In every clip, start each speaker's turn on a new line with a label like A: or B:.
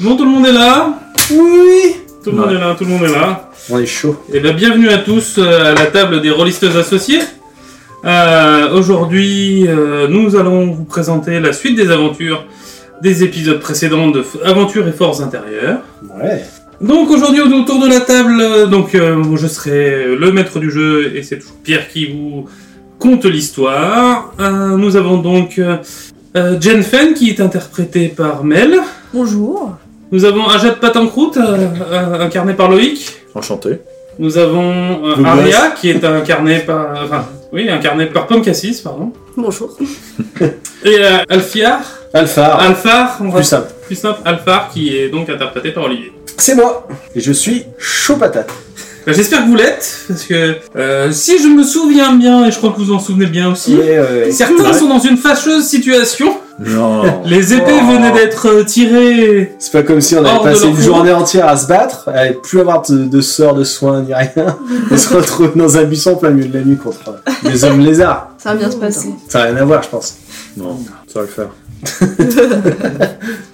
A: Bon, tout le monde est là
B: Oui
A: Tout le monde est là, tout le monde est là.
B: On est chaud.
A: Et bien, bienvenue à tous euh, à la table des rôlisteuses associées. Euh, Aujourd'hui, euh, nous allons vous présenter la suite des aventures des épisodes précédents de F- Aventures et Forces Intérieures.
B: Ouais.
A: Donc aujourd'hui autour de la table, euh, donc euh, je serai le maître du jeu et c'est toujours Pierre qui vous conte l'histoire. Euh, nous avons donc euh, euh, Jen Fen qui est interprétée par Mel.
C: Bonjour.
A: Nous avons Ajat Patancrout, euh, euh, incarné par Loïc.
D: Enchanté.
A: Nous avons euh,
B: Douglas.
A: Aria, qui est incarné par, enfin, oui, incarné par Tom Cassis, pardon.
C: Bonjour.
A: Et euh, Alfiar,
B: Alpha.
A: Alphar, on va
B: Ah, Plus simple.
A: plus simple, Alphar, qui est donc interprété par Olivier.
B: C'est moi. Et je suis chaud patate.
A: Ben, J'espère que vous l'êtes, parce que euh, si je me souviens bien, et je crois que vous en souvenez bien aussi,
B: Mais, euh,
A: certains
B: ouais.
A: sont dans une fâcheuse situation.
D: Non.
A: Les épées
B: Oh.
A: venaient d'être euh, tirées.
B: C'est pas comme si on avait
A: Hors de
B: passé
A: leur
B: une
A: cours.
B: journée entière à se battre, à plus avoir de, de sorts, de soins, ni rien. On se retrouve dans un buisson en plein milieu de la nuit contre euh, des hommes lézards.
C: Ça va bien se passer.
B: Ça n'a rien à voir, je pense.
D: Non, ça va le faire.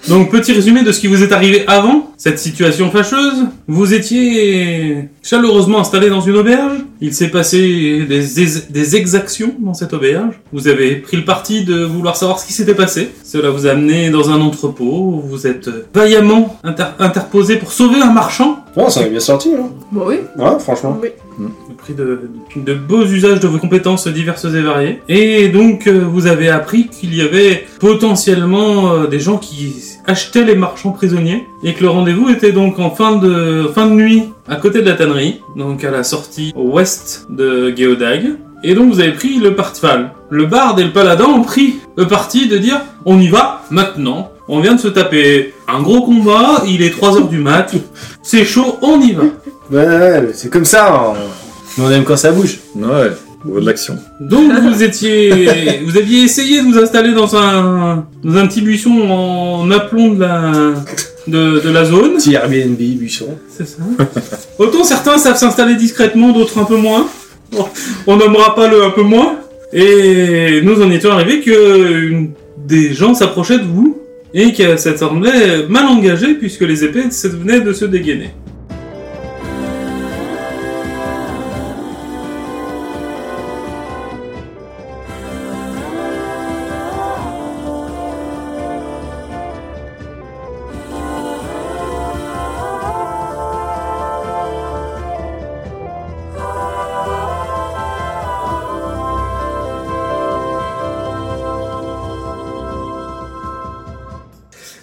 A: Donc, petit résumé de ce qui vous est arrivé avant cette situation fâcheuse. Vous étiez chaleureusement installé dans une auberge. Il s'est passé des, ex- des exactions dans cette auberge. Vous avez pris le parti de vouloir savoir ce qui s'était passé. Cela vous a amené dans un entrepôt. où Vous êtes vaillamment inter- interposé pour sauver un marchand.
B: Non, ça m'a bien sorti, hein.
C: Bon, oui.
B: Ouais, franchement.
C: Oui.
A: Vous avez pris de, de beaux usages de vos compétences diverses et variées. Et donc, euh, vous avez appris qu'il y avait potentiellement euh, des gens qui achetaient les marchands prisonniers. Et que le rendez-vous était donc en fin de, fin de nuit, à côté de la tannerie. Donc, à la sortie au ouest de Geodag. Et donc, vous avez pris le parti. enfin, le barde et le paladin ont pris le parti de dire on y va maintenant. On vient de se taper un gros combat, il est 3h du mat, c'est chaud, on y va.
B: Ouais, ouais, mais c'est comme ça. hein. Nous, on aime quand ça bouge.
D: Ouais, au niveau de l'action.
A: Donc vous étiez, vous aviez essayé de vous installer dans un dans un petit buisson en aplomb de la de, de la zone.
B: Petit Airbnb, buisson.
A: C'est ça. Autant certains savent s'installer discrètement, d'autres un peu moins. On nommera pas le un peu moins. Et nous en étions arrivés que une- des gens s'approchaient de vous et que ça semblait mal engagé puisque les épées se- venaient de se dégainer.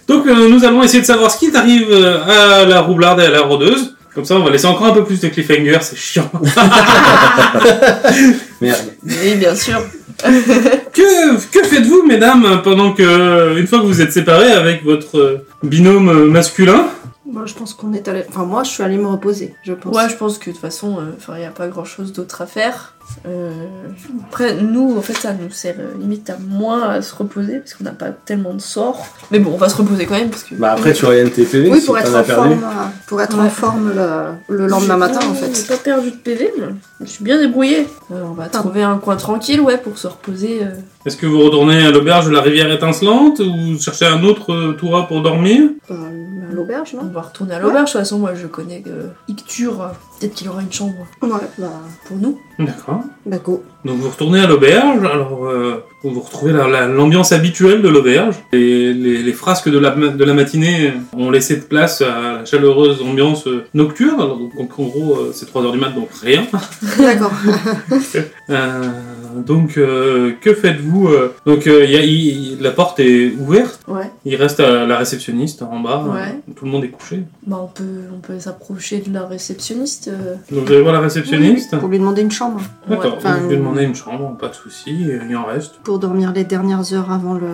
A: Donc euh, nous allons essayer de savoir ce qui t'arrive euh, à la roublarde et à la rôdeuse. Comme ça, on va laisser encore un peu plus de cliffhanger, c'est chiant.
B: Merde.
C: Oui, bien sûr.
A: Que, que faites-vous, mesdames, pendant que, une fois que vous êtes séparés avec votre euh, binôme euh, masculin
E: Moi, je pense qu'on est allé. Enfin, moi, je suis allée me reposer, je pense.
C: Ouais, je pense que de toute façon, euh, enfin, il n'y a pas grand chose d'autre à faire. Euh, Après, nous, en fait, ça nous sert euh, limite à moins à se reposer parce qu'on n'a pas tellement de sorts. Mais bon, on va se reposer quand même parce que.
B: Bah après, tu reviens tes PV
E: oui,
B: si
E: pour être,
B: t'en as
E: en
B: perdu.
E: forme, euh, pour être en
C: Ouais.
E: forme le, le lendemain
C: J'ai
E: matin,
C: pas-
E: en
C: J'ai
E: fait.
C: pas perdu de PV, mais je me suis bien débrouillée. Euh, on va
E: Attends.
C: trouver un coin tranquille, ouais, pour se reposer. euh.
A: Est-ce que vous retournez à l'auberge de la rivière étincelante ou cherchez un autre euh, toura pour dormir
E: Bah, à l'auberge,
C: On
E: non
C: va retourner à l'auberge, de toute façon, moi je connais euh, Icture, euh, peut-être qu'il aura une chambre
E: Ouais, bah,
C: pour nous.
A: D'accord.
E: bah go.
A: Donc vous retournez à l'auberge, alors euh, vous retrouvez la- la- l'ambiance habituelle de l'auberge. Les, les, les frasques de la, ma- de la matinée ont laissé de place à la chaleureuse ambiance euh, nocturne. Alors, donc, en gros, euh, c'est 3h du mat, donc rien.
E: D'accord.
A: Euh, donc euh, que faites-vous euh Donc euh, y a- y- y- la porte est ouverte,
C: Ouais,
A: il reste euh, la réceptionniste en bas,
C: Ouais.
A: euh, tout le monde est couché.
C: bah on peut, on peut s'approcher de la réceptionniste. euh,
A: Donc vous allez voir la réceptionniste
E: pour lui demander une chambre,
A: D'accord,
C: ouais.
E: enfin,
A: vous lui demandez une chambre, pas de souci, euh, il en reste.
E: pour dormir les dernières heures avant le,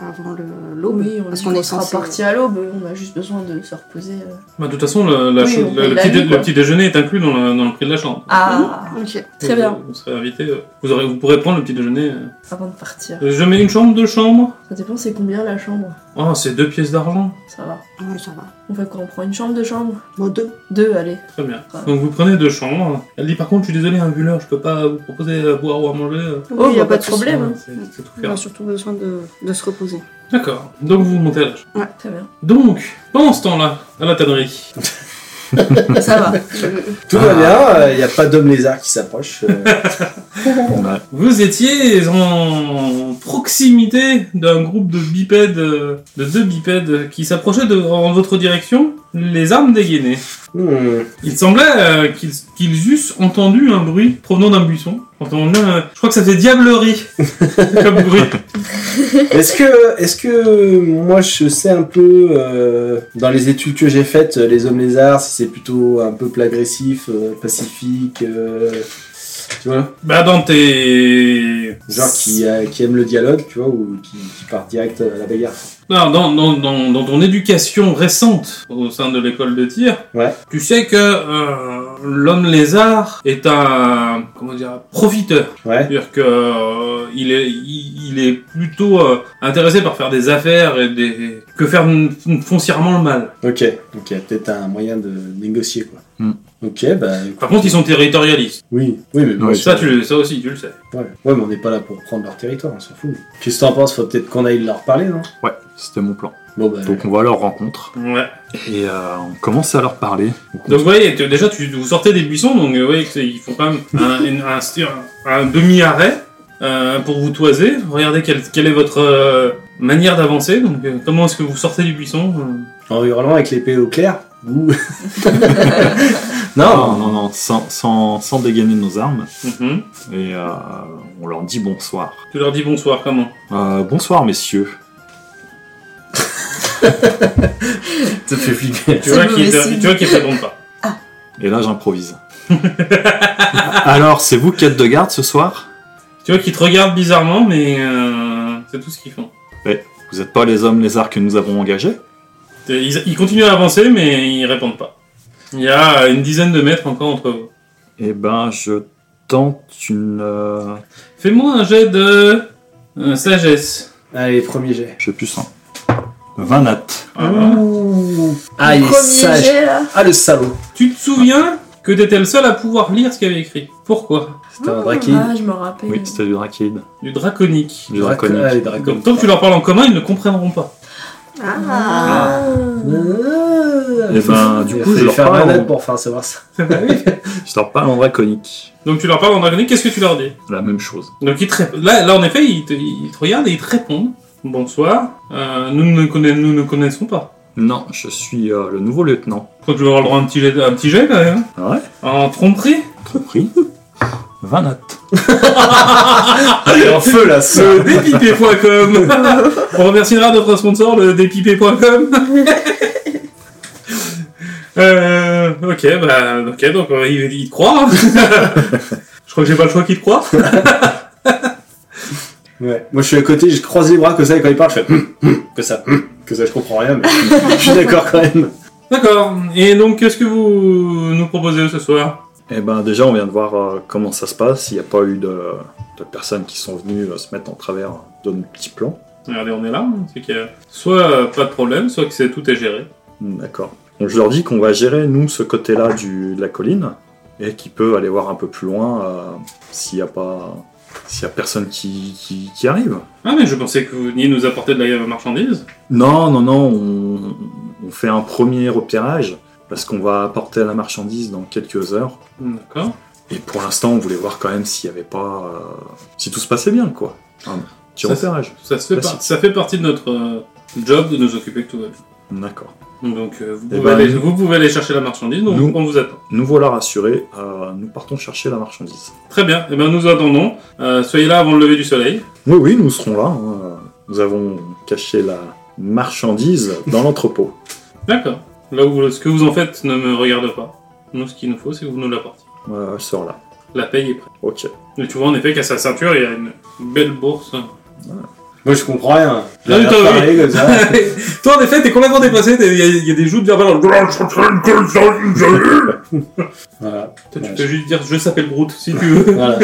E: avant le l'aube.
C: Oui, on
E: parce
C: dit
E: qu'on
C: qu'on
E: est
C: sera
E: censé-
C: parti à l'aube, on a juste besoin de se reposer. euh.
A: Bah, de toute façon, la- la
C: Oui,
A: cho-
C: on
A: la-
C: fait
A: le,
C: de la
A: petit dé-
C: nuit,
A: le
C: quoi.
A: petit déjeuner est inclus dans, le- dans le prix de la chambre.
C: Ah
E: Ok.
C: Très bien.
A: Vous, vous serez invité. euh, Vous aurez, vous pourrait prendre le petit déjeuner.
C: avant de partir.
A: Euh, Je mets une chambre, deux chambres.
C: Ça dépend, c'est combien la chambre
A: Ah, c'est deux pièces d'argent.
C: Ça va.
E: Ouais, ça va.
C: On fait quoi On prend une chambre, deux chambres
E: Bon, deux.
C: Deux, allez.
A: Très bien.
C: Ouais.
A: Donc vous prenez deux chambres. Elle dit par contre, je suis désolé, un bulleur, je peux pas vous proposer à boire ou à manger. euh,
C: Oh,
E: Oui,
C: bah, pas de
E: souci.
C: problème. hein.
A: c'est- c'est tout
E: On
A: faire.
E: a surtout besoin de, de se reposer.
A: D'accord. Donc vous montez à la chambre.
C: Très bien.
A: Donc, pendant ce temps-là, à la tannerie.
C: Ça va.
B: Tout va bien, il n'y a pas d'homme lézard qui s'approche. euh,
A: Vous étiez en proximité d'un groupe de bipèdes, euh, de deux bipèdes qui s'approchaient de- en votre direction, les armes dégainées.
B: hmm.
A: Il semblait euh, qu'ils qu'ils eussent entendu un bruit provenant d'un buisson. Quand on a- je crois que ça faisait diablerie comme bruit.
B: Est-ce que, est-ce que moi je sais un peu euh, dans les études que j'ai faites euh, les hommes lézards si c'est plutôt un peuple agressif, euh, pacifique, euh, tu vois,
A: Bah dans tes...
B: genre qui, euh, qui aime le dialogue, tu vois, ou qui, qui part direct euh, à la bagarre.
A: Non, dans, dans, dans, dans ton éducation récente au sein de l'école de tir,
B: Ouais.
A: tu sais que euh, l'homme lézard est un comment dire profiteur.
B: Ouais.
A: C'est-à-dire que euh, il est il, il est plutôt euh, intéressé par faire des affaires et des que faire n- foncièrement le mal.
B: Ok, ok, peut-être un moyen de négocier quoi.
F: Hmm.
B: Ok, bah écoute,
A: Par contre, ils sont territorialistes.
B: oui, oui, mais bon,
F: Ouais,
B: c'est-
A: ça, tu le, ça aussi, tu le sais.
B: ouais. Ouais, mais on n'est pas là pour prendre leur territoire, on s'en fout. Qu'est-ce que t'en penses Faut peut-être qu'on aille leur parler, non
F: Ouais, c'était mon plan.
B: Bon bah,
F: Donc on va à leur rencontre
A: Ouais.
F: et euh, on commence à leur parler.
A: Donc vous voyez, que déjà tu, vous sortez des buissons, donc euh, vous voyez que c'est- ils font quand même un, une- un, un- un demi-arrêt euh, pour vous toiser. Regardez quelle, quelle est votre euh, manière d'avancer. Donc euh, comment est-ce que vous sortez du buisson euh.
B: en hurlant avec l'épée au clair. Ouh.
F: Non,
B: non,
F: Ah, non, non, sans, sans, sans dégainer nos armes.
A: Mhm.
F: Et euh, on leur dit bonsoir.
A: Tu leur dis bonsoir, comment
F: Euh, bonsoir messieurs.
B: ça te fait flipper.
A: Tu
C: C'est
A: vois
C: le
A: qu'ils
C: mauvais
A: te-
C: signe.
A: tu vois qu'ils te répondent pas.
F: Et là j'improvise. Alors c'est vous qui êtes de garde ce soir
A: Tu vois qu'ils te regardent bizarrement, mais euh, c'est tout ce qu'ils font.
F: Vous n'êtes pas les hommes lézards que nous avons engagés
A: Ils, ils continuent à avancer, mais ils répondent pas. Il y a une dizaine de mètres encore entre vous.
F: Eh ben je tente une... euh,
A: Fais-moi un jet de euh, sagesse.
B: Allez, premier jet.
F: je sais plus hein. ça. 20 nattes.
A: Voilà.
B: Ah, il est
C: Premier
B: sage.
C: jet là.
B: Ah, le salaud.
A: Tu te souviens que t'étais le seul à pouvoir lire ce qu'il y avait écrit. Pourquoi
B: C'était un
C: Ah,
B: draquide.
C: Ah, je me rappelle.
F: Oui, c'était du dracaïde.
A: Du draconique.
F: Du draconique.
B: Ah, les
A: Donc
B: draconiques.
A: tant que tu leur parles en commun, ils ne comprendront pas.
E: Ah,
B: Ah.
F: Eh ben, du
B: Il a
F: coup, je
B: fallu
F: leur
B: faire
F: parle
B: un
F: en-
B: ad pour faire savoir ça.
F: Je leur parle en draconique.
A: Donc tu leur parles en draconique, qu'est-ce que tu leur dis
F: La même chose.
A: Donc ils te rép- là, là en effet, ils te, ils te regardent et ils te répondent. Bonsoir, euh, nous, ne conna- nous ne connaissons pas.
F: Non, je suis euh, le nouveau lieutenant.
A: Je crois que tu vas avoir le droit à un petit jet, un petit jet quand même. hein
F: Ah ouais
A: En tromperie
F: Compris 20 nattes.
B: Ah, il est en feu là, ça.
A: Le dépipé.com On remerciera notre sponsor, le dépipé.com Euh, ok, bah, ok, donc euh, il, il te croit. hein. Je crois que j'ai pas le choix qu'il te croit.
B: Ouais. Moi, je suis à côté, je croise les bras comme ça et quand il parle, je fais hum, hum, que ça, hum, que ça, je comprends rien, mais je suis d'accord quand même.
A: D'accord. Et donc, qu'est-ce que vous nous proposez ce soir
F: Eh ben déjà, on vient de voir euh, comment ça se passe. Il n'y a pas eu de, de personnes qui sont venues euh, se mettre en travers de nos petits plans.
A: Regardez, on est là. hein. C'est qu'il y a soit euh, pas de problème, soit que c'est tout est géré.
F: Hmm, D'accord. Donc je leur dis qu'on va gérer, nous, ce côté-là du- de la colline et qui peut aller voir un peu plus loin euh, s'il n'y a pas... S'il y a personne qui, qui, qui arrive.
A: Ah, mais je pensais que vous veniez nous apporter de la marchandise.
F: Non, non, non, on, on fait un premier repérage parce qu'on va apporter la marchandise dans quelques heures.
A: D'accord.
F: Et pour l'instant, on voulait voir quand même s'il y avait pas. euh, si tout se passait bien, quoi. Un petit
A: Ça,
F: repérage.
A: Ça, se fait,
F: Merci.
A: par- ça fait partie de notre euh, job de nous occuper de tout va bien.
F: D'accord.
A: Donc euh, vous,
F: Eh
A: pouvez
F: ben,
A: aller,
F: nous-
A: vous pouvez aller chercher la marchandise, donc
F: Nous-
A: on vous attend.
F: Nous voilà rassurés, euh, nous partons chercher la marchandise.
A: Très bien, et ben nous attendons. Euh, soyez là avant le lever du soleil.
F: Oui, oui, nous serons là. hein. Nous avons caché la marchandise dans l'entrepôt.
A: D'accord. Là où vous- ce que vous en faites ne me regarde pas. Nous, ce qu'il nous faut, c'est que vous nous l'apportiez.
F: Euh, elle sort là.
A: La paye est prête.
F: Ok.
A: Et tu vois en effet qu'à sa ceinture, il y a une belle bourse.
B: Moi, je comprends rien.
A: Ah oui,
B: J'ai
A: toi,
B: parlé comme ça.
A: Toi, en effet, t'es complètement dépassé. t'es- Il y, a- il y a des joutes verbales. Toi,
B: Voilà.
A: tu peux juste dire je s'appelle Groot si tu veux.
B: voilà.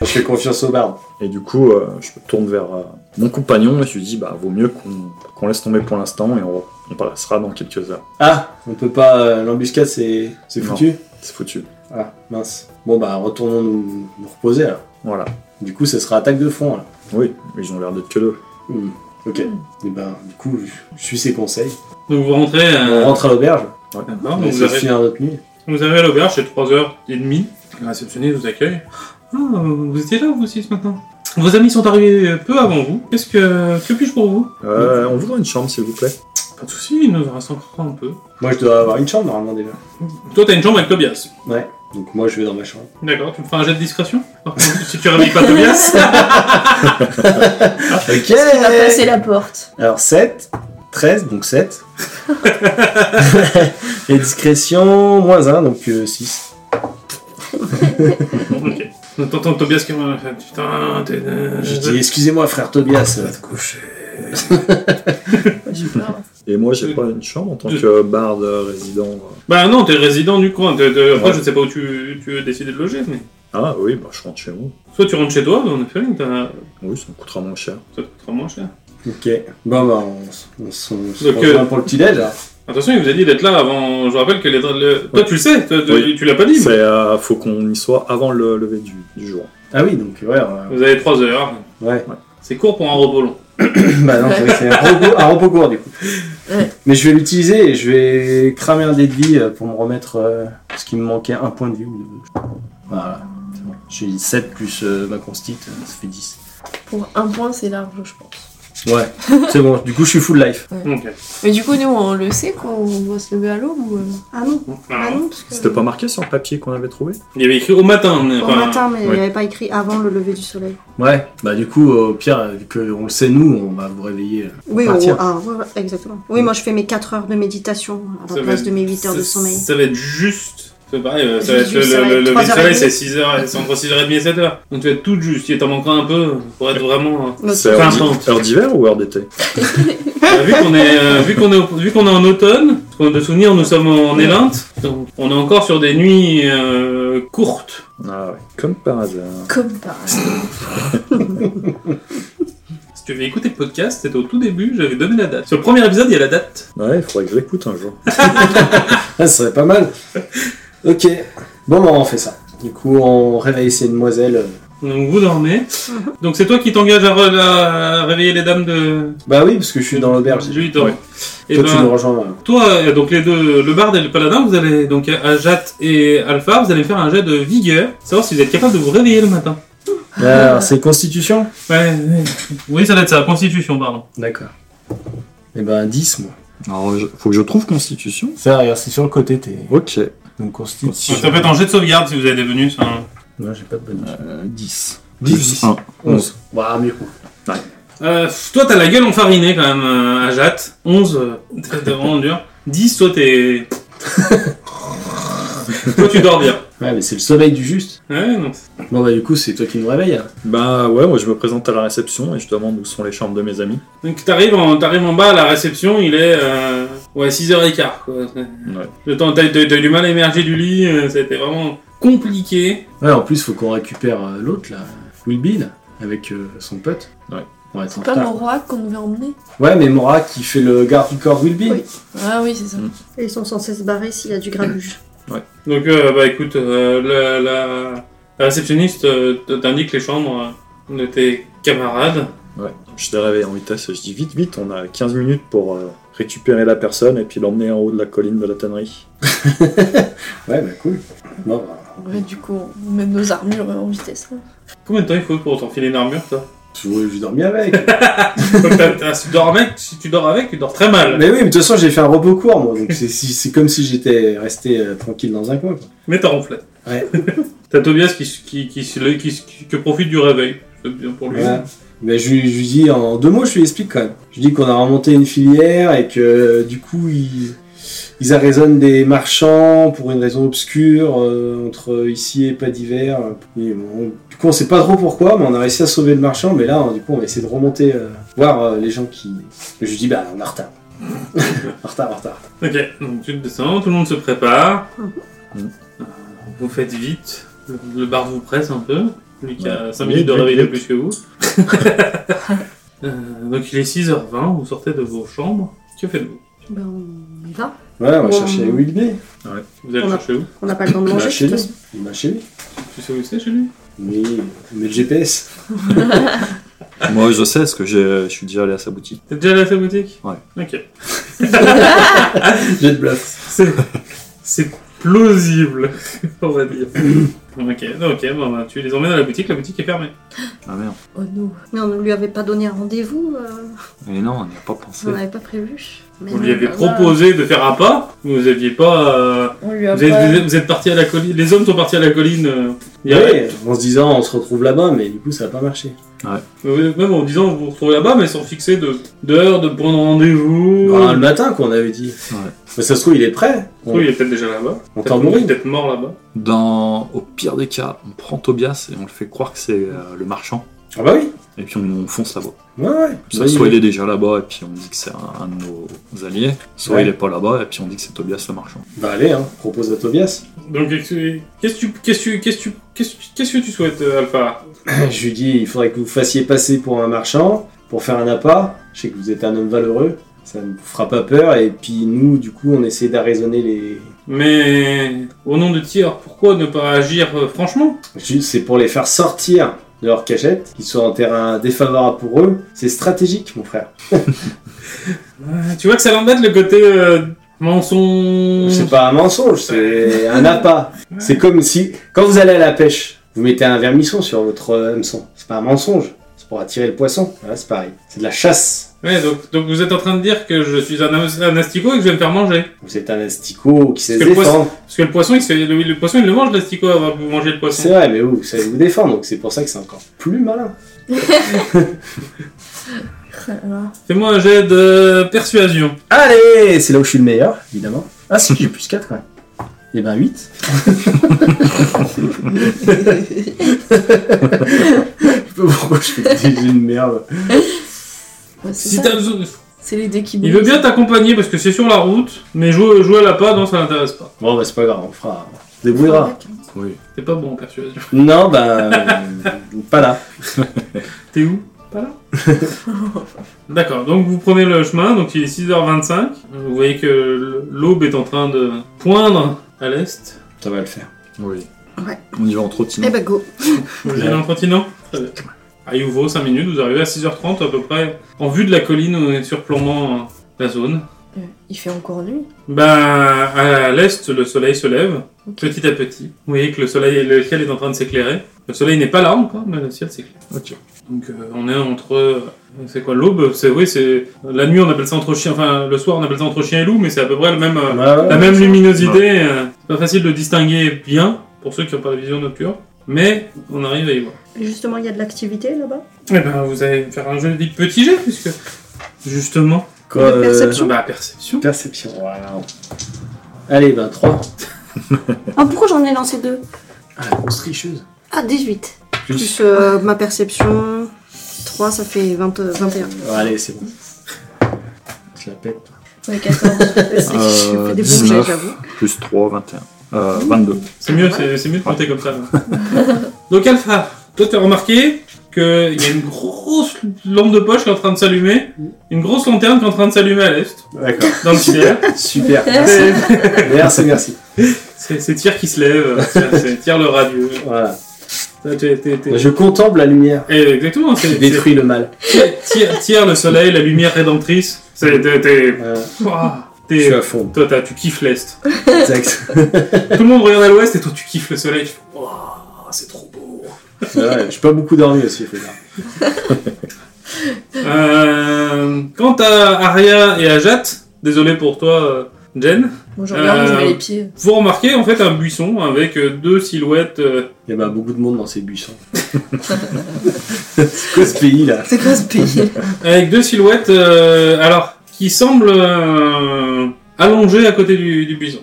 B: je fais confiance au barbe.
F: Et du coup, euh, je me tourne vers euh, mon compagnon et je lui dis bah vaut mieux qu'on qu'on laisse tomber pour l'instant et on, on passera dans quelques heures.
B: Ah, on peut pas. euh, L'embuscade, c'est c'est
F: Non.
B: foutu
F: C'est foutu.
B: Ah, mince. Bon, bah, retournons nous, nous reposer alors.
F: Voilà.
B: Du coup, ça sera attaque de fond alors.
F: Oui, ils ont l'air d'être que deux.
B: Hmm, Ok. Et ben, du coup, je- je suis ses conseils.
A: Donc vous rentrez.
B: On
A: euh,
B: rentre à l'auberge.
A: d'accord,
B: On
A: donc vous
B: essaie de
A: arrivez-
B: finir notre nuit.
A: Vous arrivez à l'auberge, c'est 3h30. La réceptionniste vous accueille. Ah, vous étiez là, vous six, maintenant Vos amis sont arrivés peu avant vous. Qu'est-ce que... Que puis-je pour vous
F: Euh, on voudrait une chambre s'il vous plaît.
A: Pas de soucis, il nous en reste encore un peu.
B: Moi, je dois avoir une chambre normalement déjà.
A: Toi, t'as une chambre avec Tobias.
B: Ouais. Donc, moi, je vais dans ma chambre.
A: D'accord, tu me feras un jet de discrétion Par contre, Si tu réveilles pas Tobias Ah,
B: Ok
C: On a passé la porte.
B: Alors 7, 13, donc 7. Et discrétion, moins 1, donc euh, 6.
A: Ok. T'entends Tobias qui m'a fait Putain, t'es. euh,
B: J'ai dit, excusez-moi frère
A: Ah,
B: Tobias.
C: Je sais pas.
F: Et moi j'ai pas une chambre en tant que barde euh, résident. euh.
A: Bah non, t'es résident du coin. t'es- t'es- Après,
F: Ouais.
A: je sais pas où tu, tu veux décider de loger, mais.
F: Ah oui, bah je rentre chez moi.
A: Soit tu rentres chez toi, en effet, t'as-
F: Oui, ça me coûtera moins cher.
A: ça te coûtera moins cher.
B: Ok. Bon bah on, s- on s- on se
A: Donc,
B: rejoint
A: euh,
B: pour le petit déj.
A: Attention, il vous a dit d'être là avant. Je rappelle que les. le- Toi,
F: Ouais.
A: tu le sais, toi, tu-
F: Oui.
A: tu l'as pas dit.
F: C'est euh, faut qu'on y soit avant le lever du, du jour.
B: Ah oui, donc ouais. on a-
A: mais Vous avez 3 heures.
B: Ouais.
A: C'est court pour un repos long.
B: bah non, c'est vrai que c'est un repos, un repos court du coup.
C: Ouais.
B: Mais je vais l'utiliser et je vais cramer un dé de vie euh, pour me remettre euh, ce qui me manquait, un point de vie. ou deux. Voilà. c'est bon. J'ai 7 plus euh, ma constite, euh, ça fait 10.
C: Pour un point, c'est large, je pense.
B: Ouais, c'est bon, du coup je suis full life.
A: Ok.
C: Mais du coup, nous, on le sait qu'on doit se lever à l'aube ou. euh,
E: Ah non, ah
A: Alors,
E: non, parce que...
F: C'était pas marqué sur le papier qu'on avait trouvé
A: il y avait écrit au matin. mais
E: Au
A: enfin,
E: matin, mais il
A: ouais.
E: n'y avait pas écrit avant le lever du soleil.
B: Ouais, bah du coup, euh, au pire, euh, vu qu'on le sait nous, on va vous réveiller. euh.
E: Oui,
B: Partir.
E: au- ah, ouais, ouais, exactement. Oui, moi je fais mes 4 heures de méditation à
A: Ça
E: la
A: va
E: place
A: être-
E: de mes 8 heures de
A: ça-
E: sommeil.
A: Ça va être juste. C'est pareil, euh, ça va être
E: Juste, ça va
A: le, le,
E: être
A: le lever
E: trois
A: du
E: heures et
A: soleil,
E: demie.
A: c'est 6 heures, c'est entre 6h30 et 7h. Donc tu vas être tout juste, il t'en manquera un peu pour être vraiment. euh,
E: Notre-
F: C'est heure,
A: Enfin,
F: d'hi- heure d'hiver ou heure d'été
A: Euh, vu qu'on est, euh, vu qu'on est, au- vu qu'on est en automne, parce qu'on a de souvenirs, nous sommes en élinte, donc on est encore sur des nuits euh, courtes.
F: Ah ouais, comme par hasard.
C: Comme par hasard.
A: Si tu veux écouter le podcast, c'était au tout début, j'avais donné la date. Sur le premier épisode, il y a la date.
F: Ouais, il faudrait que je l'écoute un jour.
B: Ah, ça serait pas mal. ok, bon, bah, on fait ça. Du coup, on réveille ces demoiselles. euh.
A: Donc vous dormez. Donc c'est toi qui t'engages à, re- à réveiller les dames de.
B: Bah oui, parce que je suis dans l'auberge.
A: Lui, il dort.
F: Ouais.
A: Et
B: Toi,
A: ben,
B: tu nous rejoins. euh.
A: toi, euh, donc les deux, le bard et le paladin, vous allez donc Ajat et Alpha, vous allez faire un jet de vigueur, savoir si vous êtes capable de vous réveiller le matin.
B: Bah, Alors, c'est Constitution
A: Ouais, ouais. oui, ça doit être ça. Constitution, pardon.
B: D'accord. Et ben, 10, moi.
F: Alors, je- faut que je trouve Constitution Euh,
B: Ça, regarde, c'est sur le côté, t'es.
F: Ok.
B: Donc,
A: Donc
B: Constitution.
A: ça peut être en jet de sauvegarde si vous avez des bonus. hein.
B: Non, j'ai pas de bonus.
F: 10.
B: Dix.
F: 1.
B: 11. Bah, mieux.
A: Euh, toi t'as la gueule enfarinée quand même, euh, Ajat. 11, euh, t'es t'es vraiment dur. 10, toi t'es... toi tu dors bien.
B: Ouais, mais c'est le sommeil du juste.
A: Ouais, donc...
B: Bon, bah, du coup, c'est toi qui nous réveille. hein.
F: Bah ouais, moi je me présente à la réception et je demande où sont les chambres de mes amis.
A: donc t'arrives en, t'arrives en bas à la réception, il est... euh, Ouais, 6h15 quoi. Le temps, t'as t'as- t'as eu du mal à émerger du lit, euh, c'était vraiment compliqué.
B: Ouais, en plus, faut qu'on récupère euh, l'autre, là. Will Bill, avec euh, son pote.
F: Ouais.
B: On va être en
C: C'est pas
B: retard.
C: mon roi qu'on devait emmener
B: Ouais, mais Mora qui fait le garde du corps Will Bill.
E: Oui.
C: Ah oui, c'est ça.
E: Et ils sont censés se barrer s'il y a du grabuge.
A: Donc euh, bah écoute, euh, la, la- la réceptionniste euh, t'indique les chambres euh, de tes camarades.
F: Ouais. Je les réveille en vitesse et je dis vite, vite, on a 15 minutes pour euh, récupérer la personne et puis l'emmener en haut de la colline de la tannerie.
B: Ouais, bah cool. Bon, bah,
C: Ouais, du coup, on met nos armures en vitesse. hein.
A: Combien de temps il faut pour t'enfiler une armure toi
B: je voulais juste dormir avec.
A: Donc, t'as- t'as- si, tu dors avec, si tu dors avec, tu dors très mal.
B: mais oui, mais de toute façon, j'ai fait un repos court, moi. Donc c'est si- c'est comme si j'étais resté euh, tranquille dans un coin. quoi.
A: Mais t'as ronflé.
B: Ouais.
A: t'as Tobias qui, se- qui, qui, se- qui, se- qui- que profite du réveil. C'est bien pour lui.
B: Voilà. Mais Ben, je, lui- je lui dis en deux mots, je lui explique quand même. Je lui dis qu'on a remonté une filière et que euh, du coup, il, ils arraisonnent des marchands pour une raison obscure euh, entre ici et pas d'hiver. Et on- Du coup, on sait pas trop pourquoi, mais on a réussi à sauver le marchand. Mais là, du coup, on va essayer de remonter, euh, voir euh, les gens qui. Je lui dis, bah, on est en retard. en retard, en retard.
A: Ok, donc tu descends, tout le monde se prépare.
F: Mhm.
A: Euh, Vous faites vite. Le- Le bar vous presse un peu. Lui qui a 5
F: Oui,
A: minutes de
F: oui,
A: réveil de
F: oui.
A: plus que vous. Euh, donc il est 6h20, vous sortez de vos chambres. Que faites-vous
E: Ben, on y va.
B: Ouais, on va
E: Bon.
B: chercher où il est.
A: Vous allez
E: On a-
A: chercher où
E: On n'a pas le temps de
B: Bah,
E: manger.
B: chez
E: de toute
B: lui.
E: façon.
B: Bah, chez lui.
A: Tu sais où c'est chez lui
B: Oui, mais le GPS.
F: Moi, je sais, parce que j'ai- je suis déjà allé à sa boutique.
A: T'es déjà allé à sa boutique
F: Ouais.
A: Ok.
B: J'ai de bluff.
A: C'est- C'est plausible, on va dire. ok, ok, bon, bah, tu les emmènes à la boutique, la boutique est fermée.
F: Ah merde.
C: Oh non.
E: Mais on ne lui avait pas donné rendez-vous. euh,
F: Mais non, on n'y a pas pensé.
E: on n'avait pas prévu. Mais
A: Vous
E: non,
A: lui avez
E: bah,
A: proposé de faire un pas, vous aviez pas. euh,
C: On lui a
A: Vous êtes, vous
C: pas...
A: êtes- vous êtes partis à la colline, les hommes sont partis à la colline. euh,
B: Oui,
A: direct.
B: en se disant, on se retrouve là-bas, mais du coup, ça a pas marché.
A: Euh, Même en disant vous vous retrouvez là-bas, mais sans fixer de- d'heure, de, point de rendez-vous.
B: Bah, le matin, qu'on avait dit.
F: Ouais.
B: Mais ça se trouve, il est prêt. On,
A: Oui, il est peut-être déjà là-bas.
B: on
A: Peut-être
B: t'en
A: mort-
B: nourrit.
A: peut-être mort là-bas.
F: Dans, au pire des cas, on prend Tobias et on le fait croire que c'est euh, le marchand.
B: Ah bah oui.
F: Et puis on, on fonce là-bas.
B: Ouais, ouais.
F: Comme ça,
B: Oui,
F: soit
B: oui.
F: il est déjà là-bas et puis on dit que c'est un, un de nos alliés, soit
B: Ouais.
F: il est pas là-bas et puis on dit que c'est Tobias le marchand.
B: Bah allez, hein, propose à Tobias.
A: Donc qu'est-ce que qu'est-ce que tu qu'est-ce que tu- qu'est-ce que tu- qu'est-ce que- qu'est-ce que tu souhaites, euh, Alpha
B: Je lui dis, il faudrait que vous fassiez passer pour un marchand, pour faire un appât. Je sais que vous êtes un homme valeureux, ça ne vous fera pas peur. Et puis nous, du coup, on essaie d'arraisonner les...
A: Mais au nom de Tyr, pourquoi ne pas agir euh, franchement
B: Je dis, C'est pour les faire sortir de leur cachette, qu'ils soient en terrain défavorable pour eux. C'est stratégique, mon frère.
A: Euh, Tu vois que ça l'embête le côté euh, mensonge.
B: C'est pas un mensonge, c'est un appât. C'est comme si, quand vous allez à la pêche, vous mettez un vermisson sur votre euh, hameçon. C'est pas un mensonge, c'est pour attirer le poisson. Voilà, c'est pareil. C'est de la chasse.
A: Ouais, donc, donc vous êtes en train de dire que je suis un, as- un asticot et que je vais me faire manger.
B: Vous êtes un asticot qui sait
A: Parce
B: se
A: que le poisson-
B: défendre.
A: Parce que le poisson, il se fait- le, le poisson, il le mange l'asticot avant que vous mangez le
B: C'est
A: poisson.
B: vrai, mais vous, vous savez vous défendre, donc c'est pour ça que c'est encore plus malin.
C: Alors,
A: Fais-moi un jet de persuasion.
B: Allez, c'est là où je suis le meilleur, évidemment. Ah si, j'ai plus 4 quand même. Et ben 8. je sais pas pourquoi je fais des jeux de merde.
C: ouais, c'est
A: Si
C: ça.
A: t'as besoin-
C: C'est les dés qui
A: Il
C: brillent.
A: veut bien t'accompagner parce que c'est sur la route, mais jouer, jouer à la pas, non, ça l'intéresse pas.
B: Bon, bah c'est pas grave, on fera. On se
E: voilà.
B: débrouillera.
F: Oui.
A: T'es pas bon en persuasion.
B: Non, bah. euh, pas là.
A: T'es où Pas là D'accord, donc vous prenez le chemin, donc il est 6h25. Vous voyez que l'aube est en train de poindre à l'est.
B: Ça va le faire.
F: Oui.
E: Ouais.
F: On y va en trottinette.
E: Eh ben go.
A: Vous allez en trottinant Très bien. À Youvo, 5 minutes, vous arrivez à 6h30 à peu près, en vue de la colline euh, surplombant euh, la zone.
C: Euh, Il fait encore nuit.
A: Bah, à l'est, le soleil se lève,
C: Ok.
A: petit à petit. Vous voyez que le soleil, le ciel est en train de s'éclairer. Le soleil n'est pas là encore, mais le ciel s'éclaire.
E: Eh ben,
F: Ok.
A: Donc, euh, on est entre, euh, c'est quoi, l'aube C'est oui, c'est la nuit, on appelle ça entre chien. Enfin, le soir, on appelle ça entre chien et loup, mais c'est à peu près le même, euh,
B: Ouais, ouais.
A: la même luminosité. euh, c'est pas facile de distinguer bien pour ceux qui n'ont pas la vision nocturne, mais on arrive à y voir.
E: Et Justement, il y a de l'activité là-bas.
A: Eh ben, vous allez me faire un joli petit jet, puisque justement,
B: Quoi, euh,
E: de perception.
A: bah, perception.
B: Perception. Waouh. Allez, ben 3.
E: Ah, pourquoi j'en ai lancé deux
B: Ah, la grosse tricheuse.
E: Ah, 18. Plus euh, ma perception. 3, ça fait 20, 21.
B: Bon, allez, c'est bon. Je la pète.
C: Ouais, 14.
E: Je fais des bons jets,
F: 19.
E: j'avoue.
F: Euh, Plus 3, 21. Euh, 22.
A: C'est mieux, c'est c'est mieux de compter comme ça. Donc Alpha, toi t'as remarqué qu'il y a une grosse lampe de poche qui est en train de s'allumer, une grosse lanterne qui est en train de s'allumer à l'est,
B: D'accord.
A: dans le ciel.
B: Super.
A: C'est-
B: Merci, merci.
A: C'est c'est Tyr qui se lève, euh, c'est c'est Tyr le radieux.
B: Voilà.
A: Ça, t'es- t'es- t'es-
B: Je contemple la lumière
A: Eh, Exactement,
B: qui
A: c'est c'est
B: détruit le mal.
A: Tyr, Tyr- Tyr le soleil, la lumière rédemptrice. C'est- T'es... t'es-
B: Voilà.
A: Ouah,
B: Euh, Je suis
A: t'es-
B: à fond.
A: Toi t'as- tu kiffes l'est.
B: Exact.
A: Tout le monde regarde à l'ouest et toi tu kiffes le soleil. Tu fais, Ouah, c'est trop beau.
B: Ouais, J'ai pas beaucoup dormi aussi, faut dire.
A: Euh, quant à Arya et Ajat, désolé pour toi, euh, Jen,
C: Bon, je regarde, je
A: Euh,
C: mets les pieds.
A: vous remarquez en fait un buisson avec euh, deux silhouettes. euh,
B: Il y a bah, beaucoup de monde dans ces buissons. C'est quoi ce pays là
C: C'est quoi ce pays
A: avec deux silhouettes, euh, alors, qui semblent euh, allongé à côté du, du buisson.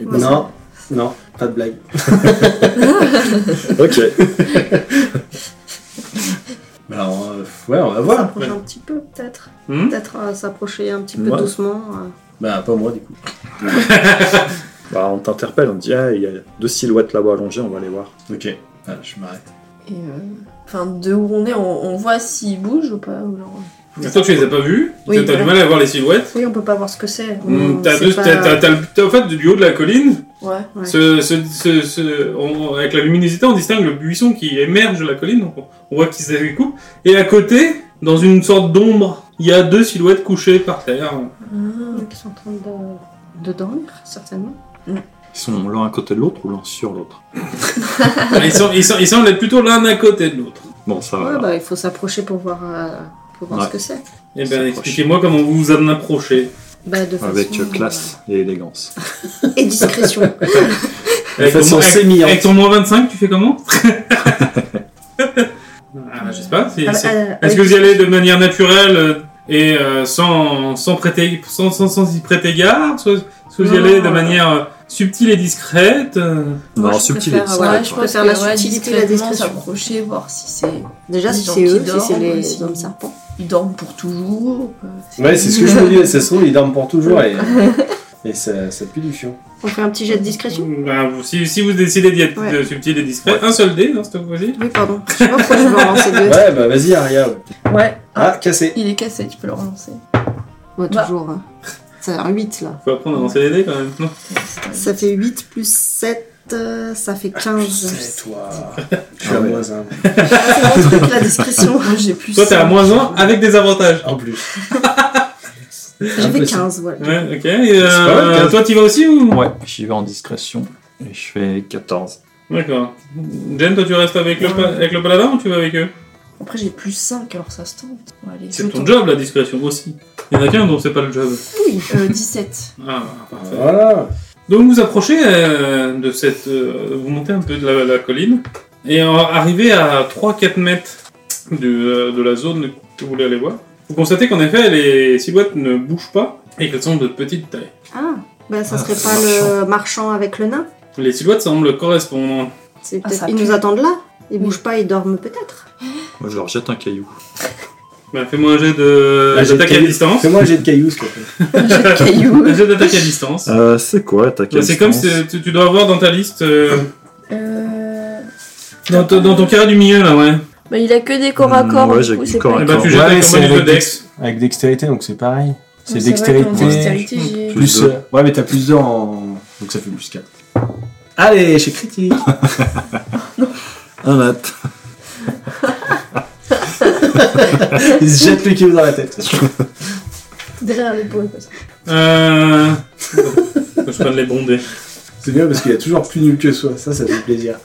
F: Et
E: Ouais.
B: Non, non, pas de blague.
F: ben, ok.
B: Bah, on, euh, ouais, on va voir.
E: S'approcher un petit peu, peut-être.
A: Hmm
E: peut-être euh, s'approcher un petit peu
F: Ouais.
E: doucement. euh.
B: Bah, pas moi, du coup.
F: Bah, on t'interpelle, on te dit Ah, il y a deux silhouettes là-bas allongées, on va les voir.
B: Ok, Ah, je m'arrête.
C: Et, euh, Enfin, de où on est, on, on voit s'ils bougent ou pas. ou genre-
A: Mais Toi, tu les as pas vus,
E: Oui,
A: t'as t'as
E: voilà.
A: du mal à voir les silhouettes.
E: Oui, on peut pas voir ce que c'est.
A: Mm,
E: On
A: T'as
E: sait
A: deux-
E: pas-
A: t'as- t'as- t'as le- t'as- en fait, du haut de la colline,
C: euh, Ouais.
E: Ouais.
A: ce- ce- ce- ce- on- avec la luminosité, on distingue le buisson qui émerge de la colline, donc on, on voit qu'ils se découpe. Et à côté, dans une sorte d'ombre, il y a deux silhouettes couchées par terre.
C: Ah.
E: Ils sont en train de, de dormir, certainement.
F: Ils sont l'un à côté de l'autre ou l'un sur l'autre
A: ils, sont, ils, sont, ils semblent être plutôt l'un à côté de l'autre.
F: Bon, ça
E: Ouais,
F: va.
E: bah, il faut s'approcher pour voir, euh, pour voir
F: Ouais.
E: ce que c'est.
A: Eh
F: Ça
A: ben,
F: approche.
A: expliquez-moi comment vous vous en approchez.
E: Bah, de
F: Avec
E: façon,
F: euh, classe et élégance.
E: euh, et discrétion.
B: De
A: Avec ton-
B: façon
A: avec-
B: sémillante.
A: Avec ton moins 25, tu fais comment ah, Je sais pas. c'est-
E: Ah,
A: c'est-
E: euh,
A: Est-ce
E: avec-
A: que vous y allez de manière naturelle euh, et euh, sans, sans, prêter, sans, sans, sans y prêter garde Soit- Est-ce que vous y
E: Non,
A: allez de
E: non,
A: manière euh, subtile et discrète euh
E: Moi,
F: non,
E: je
F: subtil et
E: préfère,
F: discret,
E: ouais,
F: ouais.
C: je
E: ouais.
C: pense
E: Faire
C: que,
E: la
C: ouais,
E: subtilité et la
C: discrètement
E: discrétion.
C: s'approcher, voir si c'est
E: Déjà, si
C: Des gens
E: c'est
C: qui
E: eux, si c'est
C: dorment,
E: les
C: si-
E: hommes serpents.
C: ils dorment pour toujours. euh,
B: Ouais, c'est ce que je me disais, ça se trouve, ils dorment pour toujours et, et ça, ça pue du fion.
E: On fait un petit jet de discrétion
A: Bah, vous- si, si vous décidez d'y être
E: Ouais.
A: euh, subtil et discret,
F: Ouais.
A: un seul dé, non, cette fois-ci
E: Oui, pardon. Je sais pas pourquoi je veux en lancer deux.
B: Ouais, bah vas-y, Aria.
C: Ouais.
B: Ah, cassé.
C: Il est cassé, tu peux le relancer.
E: Ouais,
C: Bah.
E: toujours. hein. C'est un 8, là.
A: Faut apprendre à lancer les dés quand même. Non
E: Ça fait 8 plus 7, euh, ça fait 15.
B: C'est toi. Je
F: Ah
B: suis à
F: ouais.
B: moins un.
E: Ah, c'est mon truc, la discrétion.
C: Moi j'ai plus.
A: Toi, t'es à
C: cinq.
A: moins 1 avec des avantages.
B: En plus.
E: J'ai fait 15, voilà.
A: Ouais, ok. Et, euh,
B: C'est pas mal, quinze.
A: toi, t'y vas aussi ou
F: Ouais, j'y vais en discrétion et je fais 14.
A: D'accord. Jen, toi, tu restes avec le, pa- avec le paladin ou tu vas avec eux
C: Après j'ai plus 5, alors ça se tente. Ouais, allez,
A: C'est
C: je
A: ton
C: tente.
A: job, la discrétion aussi. Il y en a qu'un dont c'est pas le job.
C: Oui, euh, 17.
A: Ah, parfait.
B: Voilà.
A: Euh, Donc vous approchez euh, de cette... euh, vous montez un peu de la, la colline et euh, arrivez à 3-4 mètres de, euh, de la zone que vous voulez aller voir. Vous constatez qu'en effet les silhouettes ne bougent pas et qu'elles sont de petite taille.
E: Ah, bah ça
F: Ah,
E: serait
F: c'est
E: pas le marchand avec le nain
A: Les silhouettes semblent correspondre.
E: C'est
C: Ah,
E: peut-être-
C: ça
E: Ils
C: pue. Mm.
E: nous attendent là Ils
C: Oui.
E: bougent pas, ils dorment peut-être
F: Moi, je leur jette un caillou.
A: Bah, Fais-moi un jet de-
B: Ah, j'ai
A: d'attaque
B: le
A: à
B: caillou.
A: distance.
B: Fais-moi un jet de cailloux, s'il te plaît.
C: J'ai le caillou.
A: Un jet d'attaque à distance.
F: Euh, c'est quoi ta
A: Bah, C'est comme si tu, tu dois avoir dans ta liste... euh,
C: Euh...
A: dans, ton- dans ton carré du milieu là, ouais.
C: Bah, il a que des corps à
A: Mm,
F: Hmm,
C: corps.
F: ouais,
C: du
F: j'ai
C: coup,
F: que
C: c'est
F: corps à
C: pas-
A: Et
F: corps.
A: bah tu
F: Ouais,
A: jettes un
B: c'est
A: bonus de
B: avec
A: Dex.
B: Avec dextérité, donc c'est pareil.
C: Ouais,
B: C'est
C: vrai qu'en
B: dextérité.
C: dextérité, j'ai-
F: Plus deux.
B: euh, Ouais, mais t'as plus 2 en. Donc ça fait plus 4. Allez, chez Critique.
F: Un mat.
B: Il se jette le kilo dans la tête.
C: Derrière l'épaule. quoi, ça.
A: Euh... Faut que je prenne les bons dés.
B: C'est bien parce qu'il est toujours plus nul que soi. Ça, ça fait plaisir.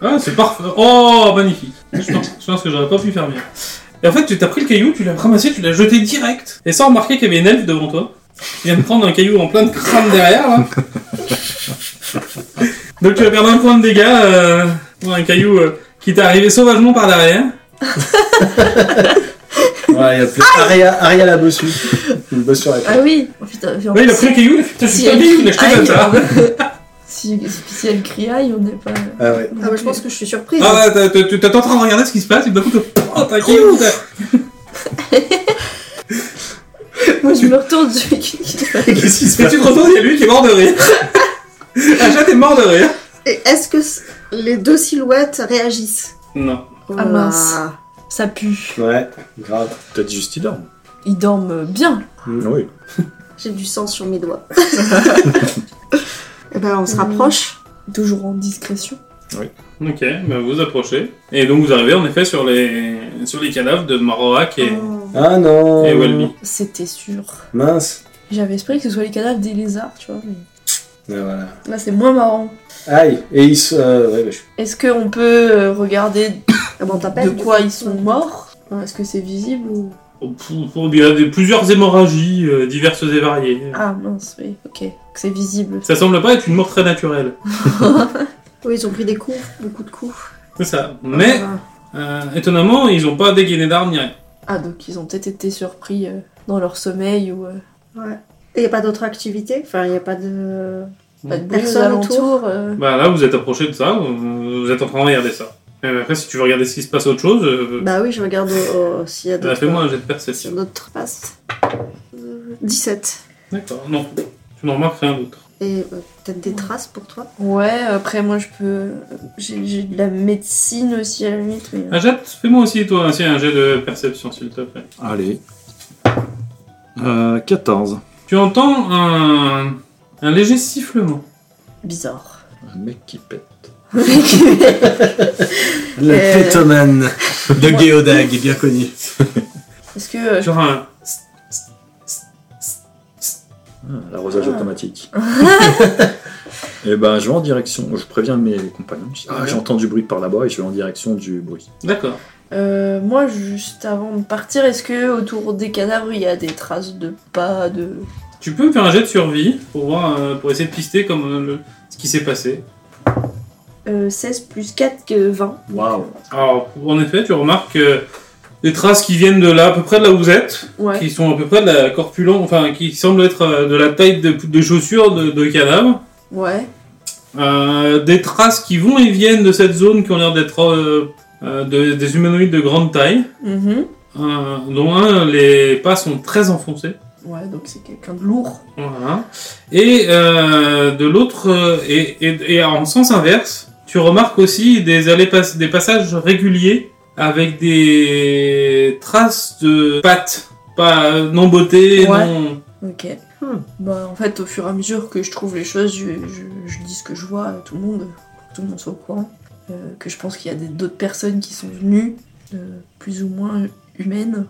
A: Ah, c'est parfait. Oh, magnifique. Je pense, je pense que j'aurais pas pu faire mieux. Et en fait, tu t'as pris le caillou, tu l'as ramassé, tu l'as jeté direct. Et sans remarquer qu'il y avait une elfe devant toi. Qui vient de prendre un caillou en plein de crâne derrière, là. Donc tu vas perdre un point de dégâts euh, pour un caillou euh, qui t'est arrivé sauvagement par derrière.
B: Ouais, il a plus. Aria, Aria la bossu. Une bosse sur la tête.
C: Ah oui. Oh, putain, mais en
A: Ouais, il a
C: plus,
A: pris le caillou, il a fait putain,
C: si
A: j'ai pas
C: elle Ah,
A: le caillou, il a
C: crie
A: jeté comme
C: aïe,
A: ça.
C: on- si, si elle crie aïe, on n'est pas.
B: Ah ouais.
E: Ah, bah je pense que je suis surprise.
A: Ah ouais, t'as- t'as- t'es en train de regarder ce qui se passe, et d'un coup, t'as oh, t'as un caillou. t'as-
C: Moi, je me retourne. je-
B: Qu'est-ce qui se
A: Et tu te retournes, il y a lui qui est mort de rire. Achat est mort de rire.
E: Et est-ce que c- les deux silhouettes réagissent
A: Non.
E: Oh
C: Ah,
E: là.
C: mince. Ça pue.
B: Ouais, grave. Ah
F: Peut-être juste il dort.
C: Ils dorment bien.
B: Hmm.
F: Oui.
E: J'ai du sang sur mes doigts. Et ben on se rapproche.
C: Toujours en discrétion.
A: Ok, bah vous approchez. Et donc vous arrivez en effet sur les, sur les cadavres de Maroak et,
E: Oh.
B: Ah non.
A: et Welby.
C: C'était sûr.
B: Mince.
C: J'avais espéré que ce soit les cadavres des lézards, tu vois. Mais...
B: Ouais, voilà.
C: Là, c'est moins marrant.
B: Aïe. Et il se. euh, ouais, bah, je suis-
C: Est-ce qu'on peut euh, regarder
E: Ah, bon, on
C: de
E: t'appelle du
C: quoi
E: coup.
C: ils sont morts Enfin, Est-ce que c'est visible ou...
A: Oh, pff, oh, Il y a des- plusieurs hémorragies euh, diverses et variées.
C: Ah mince, oui, ok. Donc C'est visible.
A: Ça semble pas être une mort très naturelle.
E: Oui, ils ont pris des coups, beaucoup de coups.
A: C'est ça. Mais
E: Ah.
A: euh, étonnamment, ils ont pas dégainé d'armes ni rien.
C: Ah, donc ils ont peut-être été surpris euh, dans leur sommeil ou euh,
E: Ouais. Et il n'y a pas d'autre activité Enfin, il n'y a pas
A: Euh.
E: de.
C: pas de bruit aux
E: Personne
C: alentours. euh.
A: Bah là, vous êtes approché de ça, vous vous êtes en train de regarder ça. Et après, si tu veux regarder ce qui se passe autre chose, euh,
E: Bah oui, je regarde euh, euh, s'il y a
A: bah,
E: d'autres.
A: fais-moi un jet de
E: s'il
A: perception.
E: y a d'autres traces. Euh, 17.
A: D'accord, non. Tu n'en remarques rien d'autre.
E: Et euh, peut-être des traces pour toi
C: Ouais, après moi je peux. euh, J'ai j'ai de la médecine aussi à la limite. Mais... euh,
A: Un jet, fais-moi aussi, toi, aussi un jet de perception, s'il te plaît.
F: Allez. Euh, 14.
A: Tu entends un, un léger sifflement.
C: Bizarre.
F: Un mec qui pète.
B: Le
E: Euh.
B: pétomane de Geodag, bien connu.
C: Est-ce que. euh, je-
A: Genre un...
F: Ah, L'arrosage automatique. et ben, je vais en direction. Je préviens mes compagnons. Je dis, Ah, j'entends du bruit par là-bas et je vais en direction du bruit.
A: D'accord.
C: euh, moi juste avant de partir, est-ce que autour des cadavres il y a des traces de pas de.
A: Tu peux faire un jet de survie pour voir, euh, pour essayer de pister comme euh, le- ce qui s'est passé.
C: Euh, 16 plus 4 que 20.
F: Waouh.
A: Alors, en effet, tu remarques euh, des traces qui viennent de là, à peu près de là où vous êtes,
C: Ouais.
A: qui sont à peu près de la corpulence, enfin, qui semblent être euh, de la taille de, de chaussures de, de cadavres.
C: Ouais.
A: Euh, des traces qui vont et viennent de cette zone qui ont l'air d'être euh, euh, de- des humanoïdes de grande taille,
C: Mhm.
A: euh, dont un, les pas sont très enfoncés.
C: Ouais, donc c'est quelqu'un de lourd.
A: Voilà. Et euh, de l'autre, euh, et, et- et en sens inverse, tu remarques aussi des, allées pass- des passages réguliers avec des traces de pattes, pas euh, non beauté,
C: Ouais.
A: non.
C: Ok.
E: Hmm.
C: Bah en fait au fur et à mesure que je trouve les choses, je, je, je dis ce que je vois à tout le monde, pour que tout le monde soit au courant. Euh, que je pense qu'il y a des- d'autres personnes qui sont venues, euh, plus ou moins humaines.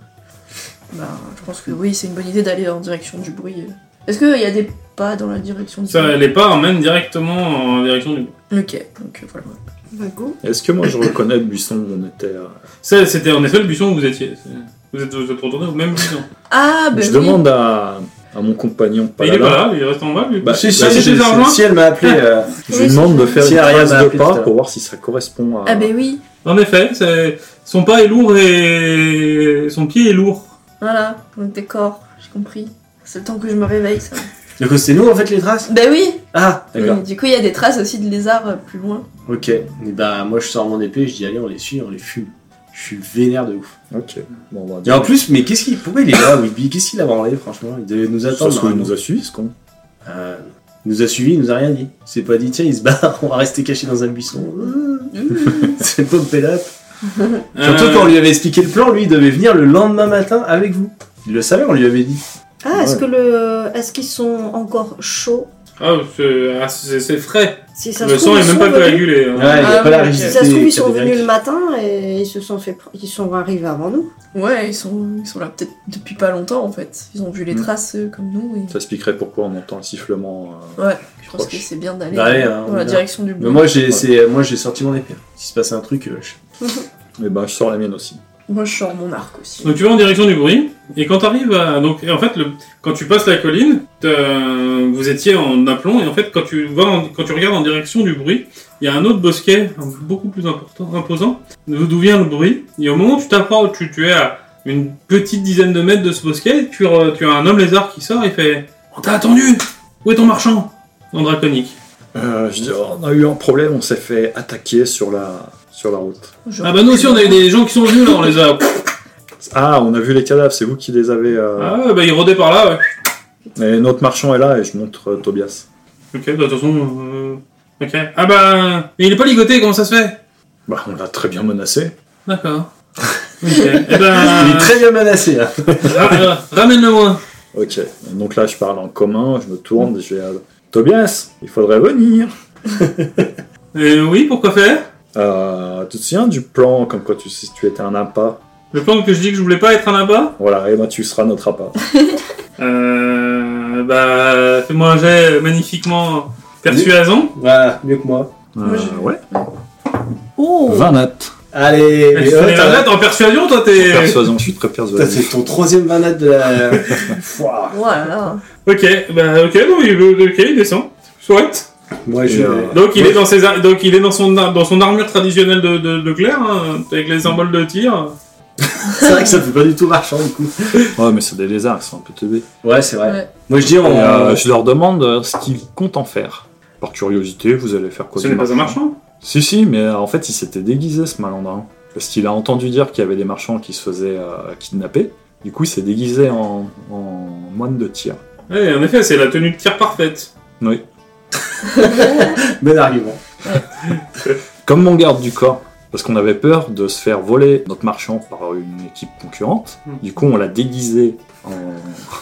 C: Bah je pense que oui, c'est une bonne idée d'aller en direction du bruit. Est-ce qu'il y a des pas dans la direction du
A: Ça,
B: Mm-hmm.
C: bruit
A: les pas emmènent directement en direction du.
C: Ok, donc euh, voilà.
E: Bah go.
F: Est-ce que moi je reconnais le buisson où on était euh,
A: Ça, C'était en effet le buisson où vous étiez. C'est- Vous êtes, vous êtes retourné au même buisson.
C: Ah bah
F: Je
C: oui.
F: demande à, à mon compagnon
A: Mais il est
F: Palala.
A: pas là, il reste en bas. lui.
F: Bah,
B: si, si,
A: bah,
B: si,
A: c'est
B: si,
A: des armes.
B: si, elle m'a appelé. euh,
F: Je lui demande de faire
B: Si
F: une
B: Ariane m'a
F: trace de
B: appelé tout à
F: pas
B: l'heure.
F: pour voir si ça correspond à.
C: Ah bah oui,
A: En effet, c'est- son pas est lourd et son pied est lourd.
C: voilà, donc d'accord, j'ai compris. C'est le temps que je me réveille ça.
B: Donc c'est nous en fait les traces
C: bah oui
B: Ah, d'accord.
C: Mais Du coup il y a des traces aussi de lézards euh, plus loin.
B: Ok. Et bah moi je sors mon épée et je dis allez on les suit, on les fume. Je suis vénère de ouf.
F: Ok. Bon, bah, on va
B: Et en plus, mais qu'est-ce qu'il. Pourquoi il est là, Wilby Qu'est-ce qu'il a branlé franchement Il devait nous
F: ça
B: attendre. hein.
F: se trouve, il
B: normalement.
F: nous a suivis, ce con.
B: Euh, il nous a suivis, il nous a rien dit. C'est pas dit, tiens, il se barre, on va rester caché dans un buisson. C'est pop it up. Surtout
A: Euh,
B: quand on lui avait expliqué le plan, lui, il devait venir le lendemain matin avec vous. Il le savait, on lui avait dit.
E: Ah, est-ce
F: Ouais.
E: que le, est-ce qu'ils sont encore chauds
A: Ah, c'est ah, c'est- c'est frais.
E: Si ça
A: Le
E: se
A: sang
E: trouve, ils
A: est même
E: sont
A: pas
E: venus-
A: coagulé. hein.
B: Ouais, il n'y a
C: Ah
B: pas la
C: oui, ok.
E: Si
B: rigidité.
E: ça se trouve, ils
B: qu'il y
E: sont
B: avait
E: venus
B: avec-
E: le matin et ils se sont fait, pr- ils sont arrivés avant nous.
C: Ouais, ils sont, ils sont là peut-être depuis pas longtemps en fait. Ils ont vu les
F: Mm.
C: traces euh, comme nous. Et...
F: Ça expliquerait pourquoi on entend le sifflement. euh,
C: Ouais, je pense
F: proche.
C: que c'est bien d'aller
B: Ouais,
C: dans-
B: hein, on
C: dans la
B: verra.
C: direction du
B: Mais
C: bout. Moi...
B: moi, j'ai
F: Ouais.
B: c'est- moi, j'ai sorti mon épée. S'il se passe un truc, euh, je-
F: Eh ben, je sors la mienne aussi.
C: je sors mon arc aussi.
A: Donc tu vas en direction du bruit, et quand t'arrives à... Donc, et en fait, le- quand tu passes la colline, t'as- vous étiez en aplomb, et en fait, quand tu, vas en- quand tu regardes en direction du bruit, il y a un autre bosquet, un- beaucoup plus important, imposant, d'où d'où vient le bruit, et au moment où tu t'approches, tu, tu es à une petite dizaine de mètres de ce bosquet, tu, re- tu as un homme lézard qui sort et fait « On t'a attendu Où est ton marchand ?» En draconique.
F: Euh, je dis, oh, on a eu un problème, on s'est fait attaquer sur la, sur la route.
C: Je-
A: Ah bah nous aussi, on a eu des gens qui sont venus, là, on les a...
F: Ah, on a vu les cadavres, c'est vous qui les avez. euh,
A: Ah ouais, bah ils rôdaient par là, ouais.
F: Et notre marchand est là et je montre euh, Tobias.
A: Ok, bah de toute façon. euh, Ok. Ah bah. Mais il est pas ligoté, comment ça se fait
F: Bah, on l'a très bien menacé.
A: D'accord. Ok. Eh
F: Ah.
B: Il
A: ben.
B: est très bien menacé. hein.
A: ra- euh, Ramène-le moi.
F: Ok. Donc là, je parle en commun, je me tourne, je vais. à- Tobias, il faudrait venir.
A: Euh, oui, pourquoi faire
F: Euh, tu te souviens du plan comme quoi tu, si tu étais un appât
A: Le plan que je dis que je voulais pas être un abat
F: Voilà, et ben tu seras notre appât.
A: Euh. Bah. Fais-moi un jet magnifiquement persuasant.
B: Voilà, mieux que moi.
C: Moi, j'ai-
F: ouais.
C: Oh
F: 20 nattes.
B: Allez,
A: Eh,
B: mais,
A: c'est
B: oh,
A: les
B: t'as-
A: ramettes en persuasion, toi t'es.
F: Persuasion, je suis très
B: Putain, c'est
F: persuasif.
B: ton troisième vanade de la. Fouah.
C: Voilà.
A: Ok, bah ok, non, il, ok, il descend. Soit.
B: Moi, je.
F: Et, euh,
A: Donc il est dans ses, ar- donc il est dans son, ar- dans son armure traditionnelle de, de, de clerc, hein, avec les symboles de tir.
B: C'est vrai que ça fait pas du tout marchand du coup.
F: Ouais, mais c'est des lézards, ils sont un peu teubés.
B: Ouais, c'est vrai.
C: Ouais.
B: Moi je dis, on...
F: Et, euh, je leur demande euh, ce qu'ils comptent en faire. Par curiosité, vous allez faire quoi
A: Ce
F: du
A: n'est pas un marchand
F: Si, si, mais euh, en fait, il s'était déguisé ce malandrin. Parce qu'il a entendu dire qu'il y avait des marchands qui se faisaient euh, kidnapper. Du coup, il s'est déguisé en, en moine de tir.
A: Ouais, en effet, c'est la tenue de tir parfaite.
B: bon argument.
F: Comme mon garde du corps, parce qu'on avait peur de se faire voler notre marchand par une équipe concurrente.
A: Mm.
F: Du coup, on l'a déguisé en,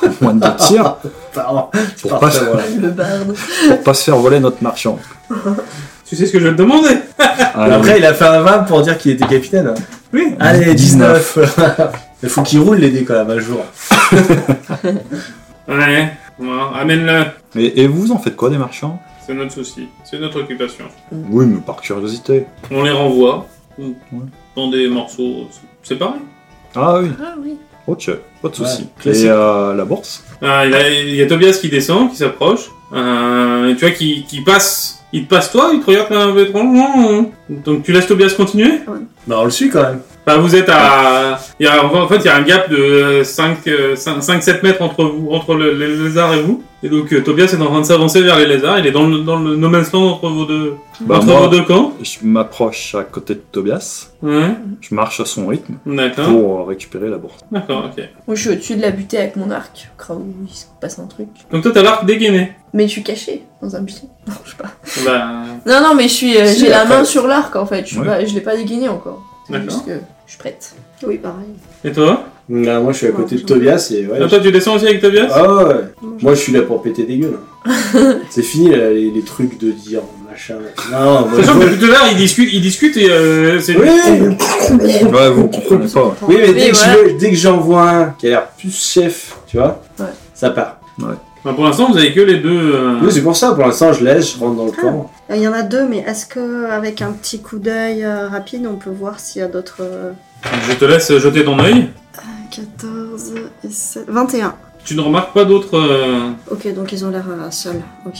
F: en moine de tir
B: Pardon, c'est
F: Pour
B: parfait,
F: pas-
B: voilà.
C: Le barde.
F: pour pas se faire voler notre marchand.
A: Tu sais ce que je vais te demander
F: Ah,
B: Après, il a fait un 20 pour dire qu'il était capitaine.
A: Oui.
B: Allez,
F: 19.
B: 19. Il faut qu'il roule les dés quand même un jour.
A: Ouais, ouais, amène-le.
F: et, et vous en faites quoi des marchands
A: C'est notre souci, c'est notre occupation.
F: Oui, mais par curiosité.
A: On les renvoie ou
F: Ouais.
A: dans des morceaux, c'est pareil.
F: Ah oui,
C: Ah oui.
F: ok, pas de souci.
B: Ouais, classique.
F: et euh, la bourse
A: Ah, il, a- il y a Tobias qui descend, qui s'approche, euh, et tu vois, qui, qui passe. Il te passe toi, il te regarde un peu étrangement. Donc tu laisses Tobias continuer
B: Bah, on le suit quand même.
A: Bah vous êtes à... il y a- en fait, il y a un gap de euh, 5-7 mètres entre, vous, entre le- les lézards et vous. Et donc euh, Tobias est en train de s'avancer vers les lézards. Il est dans le, dans le no man's land entre vos deux,
F: Bah,
A: entre
F: moi-
A: vos deux camps.
F: Je m'approche à côté de Tobias,
A: Ouais,
F: je marche à son rythme
A: d'accord.
F: pour euh, récupérer la bourse.
A: D'accord, ok.
C: Moi, je suis au-dessus de la butée avec mon arc. Au cas où il se passe un truc.
A: Donc toi, t'as l'arc dégainé.
C: Mais je suis cachée dans un buisson. Non, je sais pas.
A: Bah...
C: Non, non, mais je suis, euh,
B: Si,
C: j'ai la
B: après-
C: main sur l'arc en fait. Je, suis
F: Ouais.
C: pas- je l'ai pas dégainé encore. C'est
A: D'accord.
C: juste que je suis prête.
E: Oui, pareil.
A: Et toi
B: Là, moi, je suis à côté de Tobias et ouais.
A: Ah, Toi, tu descends aussi avec Tobias
B: Ah ouais. Moi, je suis là pour péter des gueules. hein. c'est fini là, les, les trucs de dire machin. Non, moi, je
A: Sachant que
B: veux-
A: depuis tout à l'heure, ils discutent, ils discutent et euh, c'est...
B: Oui,
F: Ouais, vous comprenez pas.
B: oui, mais dès
C: Mais
B: que
C: voilà.
B: je veux- dès que j'en vois un qui a l'air plus chef, tu vois,
C: Ouais.
B: ça part.
A: Bah, pour l'instant, vous avez que les deux... euh,
B: Oui, c'est pour ça. Pour l'instant, je laisse, je rentre dans le camp.
E: Il y en a deux, mais est-ce que avec un petit coup d'œil euh, rapide, on peut voir s'il y a d'autres. euh,
A: Je te laisse jeter ton œil.
E: 14 et 7. 21.
A: Tu ne remarques pas d'autres... euh,
E: Ok, donc ils ont l'air euh, seuls. Ok.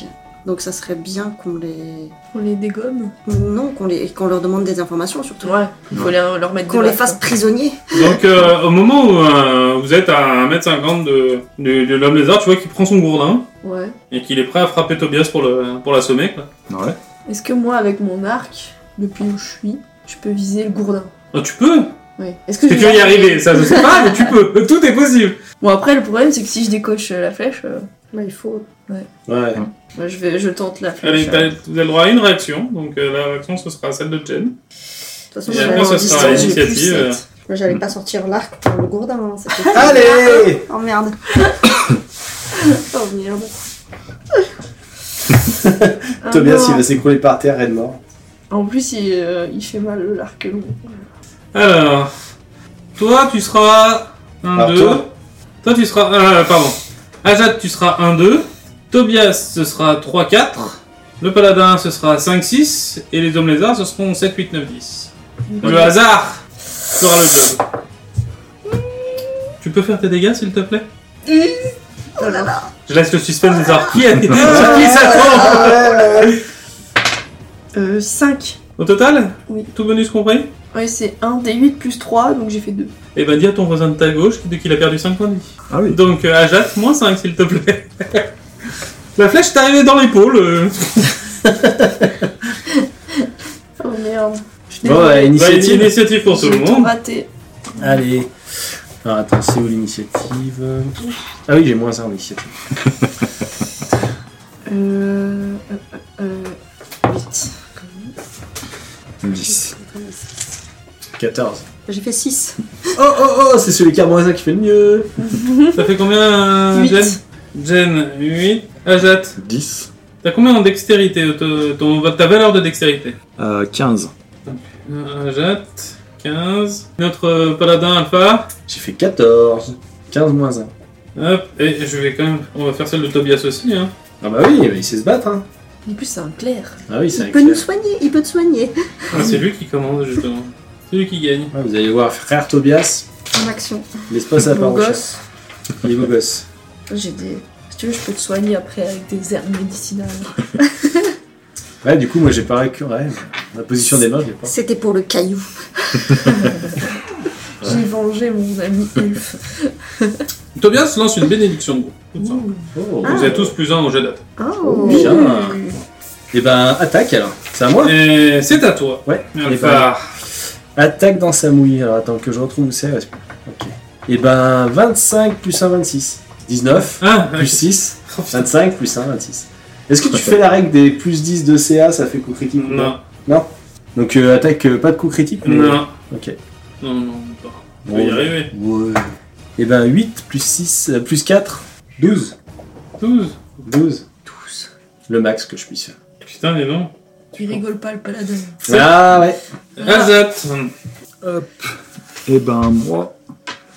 E: Donc ça serait bien qu'on les.
C: On les dégomme.
E: Non, qu'on les... qu'on leur demande des informations surtout.
C: Ouais. Il faut les- leur mettre.
E: Qu'on
C: des
E: les
C: baffes,
E: fasse
C: quoi.
E: prisonniers.
A: Donc euh, au moment où euh, vous êtes à 1m50 de, de, de l'homme lézard, tu vois qu'il prend son gourdin
C: hein. Ouais.
A: et qu'il est prêt à frapper Tobias pour le pour l'assommer. quoi.
F: Ouais.
C: Est-ce que moi, avec mon arc, depuis où je suis, je peux viser le gourdin
A: Ah, tu peux
C: Ouais.
A: Est-ce
C: Est-ce
A: que
C: je
A: tu
C: vais
A: vas y arriver Ça je sais pas, mais tu peux. Tout est possible.
C: Bon, après, le problème, c'est que si je décoche euh, la flèche, euh,
E: Bah, il faut.
B: Ouais.
C: moi, je, vais, je tente la
A: Allez,
C: flèche. euh,
A: t'as- vous avez le droit à une réaction. Donc euh, la réaction ce sera celle de Jen.
E: De toute façon,
A: Et
E: j'avais
A: après, ça
E: en
A: sera à
E: distance, j'ai plus
A: l'initiative, euh.
E: sept. Moi, j'allais pas sortir l'arc pour le gourdin. hein, c'était-
B: Allez
E: Oh merde. oh merde.
C: Ah,
B: Tobias,
C: non.
B: il va s'écrouler par terre, et mort.
C: En plus, il, euh, il fait mal le l'arc long.
A: Alors, toi tu seras 1,
B: Alors,
A: 2.
B: toi
A: Toi... tu seras... euh, pardon. Ajat tu seras 1, 2. Tobias ce sera 3, 4. Le paladin ce sera 5, 6. Et les hommes lézards ce seront 7, 8, 9, 10. Le hasard sera le jeu. Tu peux faire tes dégâts, s'il te plaît
E: Oh là là.
A: Je laisse le suspense des arts. Qui est- sur qui ça tombe
C: Euh, 5.
A: Au total
C: Oui.
A: Tout bonus compris
C: Ouais, c'est 1 D8 plus 3, donc j'ai fait 2.
A: Eh ben, dis à ton voisin de ta gauche qu'il qu'il a perdu 5 points de vie.
F: Ah oui.
A: Donc, euh, Ajat, moins 5, s'il te plaît. La flèche t'est arrivée dans l'épaule. euh.
C: Oh merde. Je l'ai
B: Bon, ouais,
A: Bah, une
B: initiative.
A: initiative pour tout
C: j'ai
A: le
C: tout
A: monde.
C: raté.
B: Allez. Alors attends, c'est où l'initiative Ah oui, j'ai moins un en initiative.
C: Euh, euh, euh,
E: 8.
F: 10.
B: 14.
E: J'ai fait 6.
B: Oh oh oh, c'est celui qui a moins un qui fait le mieux.
A: Ça fait combien, euh,
C: 8.
A: Jen Jen, 8. Ajat,
F: 10.
A: t'as combien en dextérité euh, te- ton- Ta valeur de dextérité
F: Euh, 15.
A: Euh, Ajat, 15. Notre euh, paladin alpha
B: J'ai fait 14. 15 moins 1.
A: Hop, et je vais quand même. On va faire celle de Tobias aussi, hein.
B: Ah bah oui, mais il sait se battre. Hein.
C: En plus, c'est un clair.
B: Ah oui, c'est
E: Il
B: un
E: peut
B: clair.
E: nous soigner. Il peut te soigner.
A: Ah, c'est lui qui commande, justement. C'est lui qui gagne.
B: Ouais, Ah, Vous allez voir frère Tobias,
E: En action.
B: laisse pas ça
C: Mon
B: part au chat.
C: gosse.
B: Il est beau gosse.
C: J'ai des. Si tu veux, je peux te soigner après avec des herbes médicinales.
B: Ouais, du coup, moi j'ai pas récupéré. La position des mains, j'ai pas.
E: C'était pour le caillou.
B: J'ai
C: J'ai vengé mon ami elfe.
A: Tobias lance une bénédiction de groupe. Tout simple.
C: Ouh.
B: Oh.
A: Vous avez tous plus un au jet d'attaque.
E: Oh.
B: Bien. Et ben, attaque alors. C'est à moi
A: Et c'est à toi.
B: Ouais. Et ben,
A: Alpha.
B: attaque dans sa mouille. Alors attends que je retrouve où c'est. ouais, c'est- Ok. Et ben, 25 plus 1, 26. 19
A: Ah,
B: plus 6. 25 plus 1, 26. Est-ce que tu fais la règle des plus 10 de CA Ça fait coup critique ou pas
A: non,
B: Donc euh, attaque, euh, pas de coup critique mais-
A: non,
B: Ok.
A: non, non, pas. On
B: Bon.
A: y arriver.
B: Ouais. Et ben 8 plus 6 euh, plus 4, 12.
A: 12.
B: 12. 12. Le max que je puisse faire.
A: Putain, mais non.
C: Il rigole pas le paladin.
A: C'est-
B: Ah ouais.
A: Azat.
F: Eh ben, moi,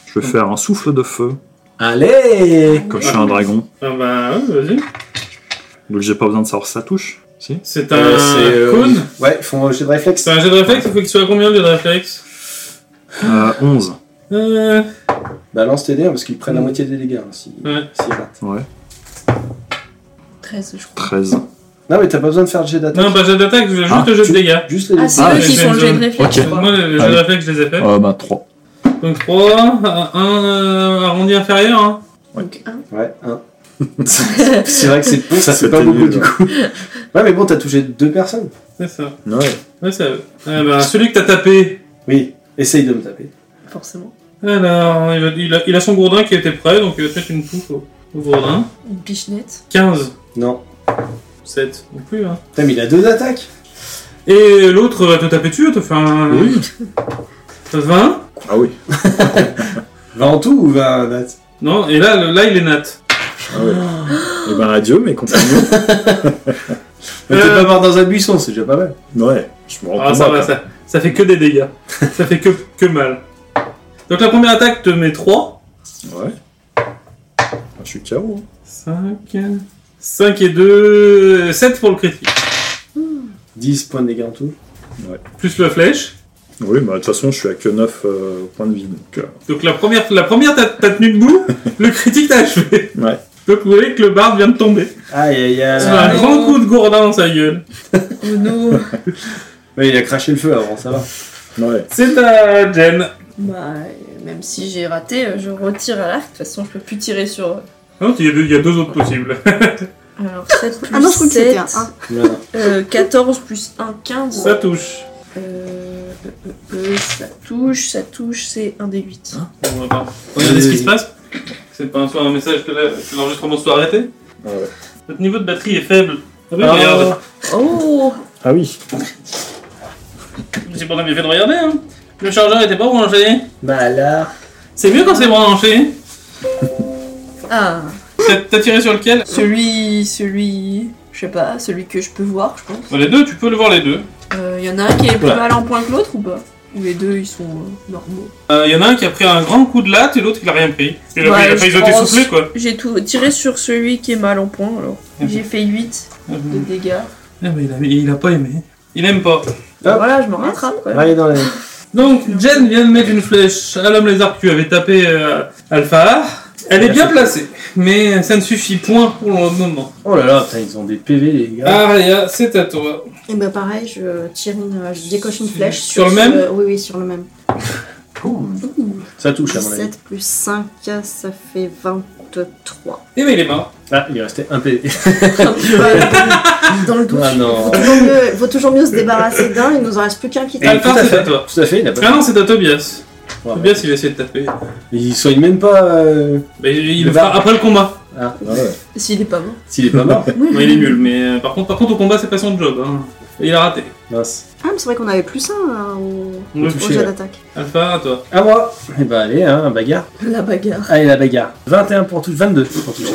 F: je vais faire un souffle de feu,
B: Allez
F: comme je suis un dragon.
A: Ah bah, ouais, vas-y.
F: Donc j'ai pas besoin de savoir si ça touche. Si
A: C'est un
B: Euh, c'est, euh,
A: cône.
B: Ouais, ils font un jet de réflexe.
A: C'est un jet de réflexe, il faut qu'il soit à combien le jet de réflexe
F: euh, 11.
A: euh,
B: Bah lance tes dés hein, parce qu'ils
A: Mmh.
B: prennent la moitié des dégâts. hein, si...
A: Ouais.
B: s'ils ratent.
F: Ouais,
C: 13, je crois.
F: 13.
B: Non mais t'as pas besoin de faire de jet d'attaque.
A: Non, pas jet d'attaque, je veux juste
F: Ah,
A: le jet
B: tu-
A: de dégâts.
B: Juste les
E: Ah,
B: dés.
E: c'est
A: Ah,
E: eux
A: mais
E: qui
A: c'est
E: font
A: une
E: le jet de
A: zone.
C: réflexe.
F: Ok.
C: quoi.
A: Moi, le jet de
F: Allez.
A: réflexe, je les ai fait.
F: Euh, bah 3.
A: Donc 3, 1 euh, arrondi inférieur. Hein.
E: Donc, un.
B: Ouais, 1. c'est vrai que c'est ça fait pas
F: C'était
B: beaucoup
F: nul,
B: du
F: hein.
B: coup. Ouais mais bon t'as touché deux personnes.
A: C'est ça.
F: Ouais.
A: Ouais, c'est à eux. Ah bah, celui que t'as tapé.
B: Oui, essaye de me taper.
C: Forcément.
A: Alors, il a, il a- il a son gourdin qui était prêt, donc il va te mettre une pouffe au, au gourdin.
C: Une pichenette.
A: 15,
B: Non.
A: 7, non plus. Hein.
B: Putain mais il a deux attaques.
A: Et l'autre va te taper dessus, te fait un.
F: Oui.
A: 20.
F: Ah oui.
B: Va en tout ou va en attaque
A: Non, et là, le- là il est nat.
F: Ah ouais. Eh ben adieu mes compagnons.
B: Mais T'es
A: Euh.
B: pas mort dans un buisson, c'est déjà pas mal.
F: Ouais, je me rends
A: Ah,
F: compte.
A: ça va, ça, ça fait que des dégâts. ça fait que, que mal. Donc la première attaque te met 3.
F: Ouais. Ah, Je suis KO.
A: 5, 5 et 2, 7 pour le critique.
B: 10 points de dégâts en tout.
A: Plus la flèche.
F: Oui, bah de toute façon, je suis à que 9 euh, points de vie. Donc, euh,
A: Donc la première, la première t'as t'as tenu debout, le critique t'a achevé.
F: Ouais.
A: Donc vous voyez que le barde vient de tomber.
B: Aïe aïe aïe.
A: C'est un
C: non.
A: grand coup de gourdin dans sa gueule.
C: Oh non
B: Ouais, il a craché le feu avant, ça va.
F: ouais.
A: C'est à Jen.
C: Bah, euh, même si j'ai raté, euh, je retire à l'arc. De toute façon, je peux plus tirer sur. euh,
A: Non, il y, a deux- il y a deux autres possibles.
C: Alors, 7 plus
E: Ah non, je crois que c'était
C: 7.
E: un un.
B: Non.
C: euh, 14 plus 1, 15.
A: Ça touche.
C: Euh, euh, euh, ça touche, ça touche, c'est 1 des 8.
A: Bon, attends. Regardez ce qui se passe. C'est pas un, soir un message que la- que l'enregistrement soit arrêté.
F: Ah ouais.
A: Votre niveau de batterie est faible. Ah oui,
B: Ah.
A: regarde.
C: Oh
F: Ah oui.
A: C'est pour ça que j'ai fait de regarder. Hein. Le chargeur était pas branché.
B: Bah là.
A: C'est mieux quand c'est branché.
C: Ah
A: T'as- T'as tiré sur lequel
C: Celui, celui, je sais pas, celui que je peux voir, je pense.
A: Bon, Les deux, tu peux le voir les deux.
C: Il y en a un qui est plus
B: Oula.
C: mal en point que l'autre ou pas Ou les deux ils sont euh, normaux
A: Il y en a un qui a pris un grand coup de latte et l'autre il a rien pris. Il a,
C: Ouais,
A: il a failli
C: je
A: sauter
C: pense.
A: soufflé quoi.
C: J'ai tout tiré sur celui qui est mal en point alors.
A: Mhm.
C: J'ai fait 8 de dégâts.
A: Ah, mais il, a, il a pas aimé. Il aime pas.
C: Bah voilà, je me rattrape quoi.
B: Allez dans les.
A: Donc Jen vient de mettre une flèche à l'homme lézard que tu avais tapé euh, Alpha. Elle est bien placée, mais ça ne suffit point pour le moment.
B: Oh là là, putain, ils ont des PV les gars.
A: Aria, Ah, c'est à toi.
E: Et ben pareil, je tire une, euh, je décoche une
A: Sur-
E: flèche
A: sur le
E: ce-
A: même
E: Oui, oui, sur le même.
A: Ah.
B: Ça touche à mon avis.
E: 17 plus 5, ça fait 23.
A: Et ben il est mort.
B: Ah, il restait un PV.
E: Dans le doute.
B: Ah non.
E: Faut toujours mieux, faut toujours mieux se débarrasser d'un, il nous en reste plus qu'un qui
A: Et
E: tape.
A: Alpha,
B: tout à
A: c'est
B: fait.
A: à toi.
B: Tout à fait, il a pas.
A: Ah non, c'est à Tobias.
B: Ouais, ouais.
A: Tobias, il va essayer de taper.
B: Il soigne même pas euh,
A: Mais il
B: Le
A: le fera
B: bar.
A: après le combat.
F: Ah ouais.
C: S'il est pas mort.
B: s'il est pas mort.
A: Non, il est nul, mais euh, par contre, par contre au combat, c'est pas son job. Hein. Et il a raté.
B: Mince.
E: Ah, mais c'est vrai qu'on avait plus un hein, au,
A: Le
E: au
B: touché,
E: jet
B: ouais.
E: d'attaque.
A: Alpha, à toi.
B: À moi. Et bah allez, hein, bagarre.
C: La bagarre.
B: Allez, la bagarre. 21 pour touche, 22 pour toucher.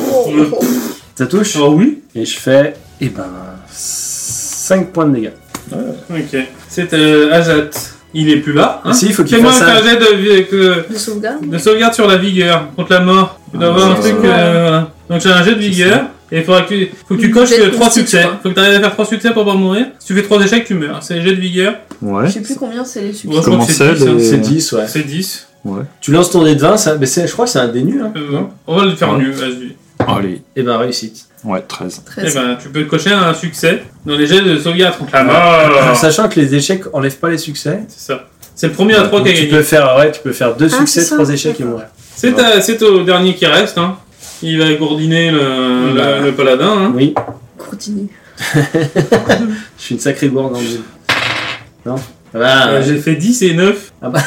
B: Ça touche.
A: Oh oui
B: Et je fais. Et ben. 5 points de dégâts.
A: Ok. C'est euh, Azat. Il est plus là. Hein
B: si, il faut qu'il
A: Fais-moi
B: fasse
A: un
B: ça.
A: jet de, vi- que-
C: De sauvegarde
A: de sauvegarde sur la vigueur contre la mort. Tu dois
F: Ah,
A: avoir un
F: ça,
A: truc.
C: ça.
A: euh, voilà. Donc j'ai un jet de vigueur. Et il faudra que tu, faut que tu
C: Une
A: coches
C: jet de
A: 3
C: consti,
A: succès.
C: tu vois.
A: Faut que tu arrives à faire 3 succès pour pas mourir. Si tu fais 3 échecs, tu meurs. C'est jet de vigueur.
F: Ouais.
C: Je sais plus combien c'est les succès.
A: Ouais.
F: Comment
A: que
F: c'est
A: c'est hein.
F: les...
B: C'est 10, ouais.
A: C'est 10.
B: Tu lances ton dé de 20, ça, mais c'est- je crois que c'est un dé nul. Hein.
A: Euh, non. on va le faire
F: Ouais.
A: nul. vas-y.
F: Allez.
B: Et ben, réussite.
F: Ouais, 13.
C: 13.
A: Eh ben, tu peux cocher un succès dans les jets de sauvegarde contre la mort.
B: Ah,
A: Ah,
B: Sachant que les échecs enlèvent pas les succès.
A: C'est ça. C'est le premier à trois qui a
B: Donc, tu
A: gagné.
B: peux faire, ouais, tu peux faire deux
E: Ah,
B: succès,
E: c'est ça,
B: trois échecs et
E: d'accord.
B: mourir.
A: C'est à- c'est au dernier qui reste. Hein. Il va gourdiner le,
B: Bah.
A: le, le paladin. Hein.
B: Oui,
C: Courtini.
B: je suis une sacrée gourde en jeu. Non Voilà.
A: Euh, J'ai fait 10 et 9.
B: Ah bah.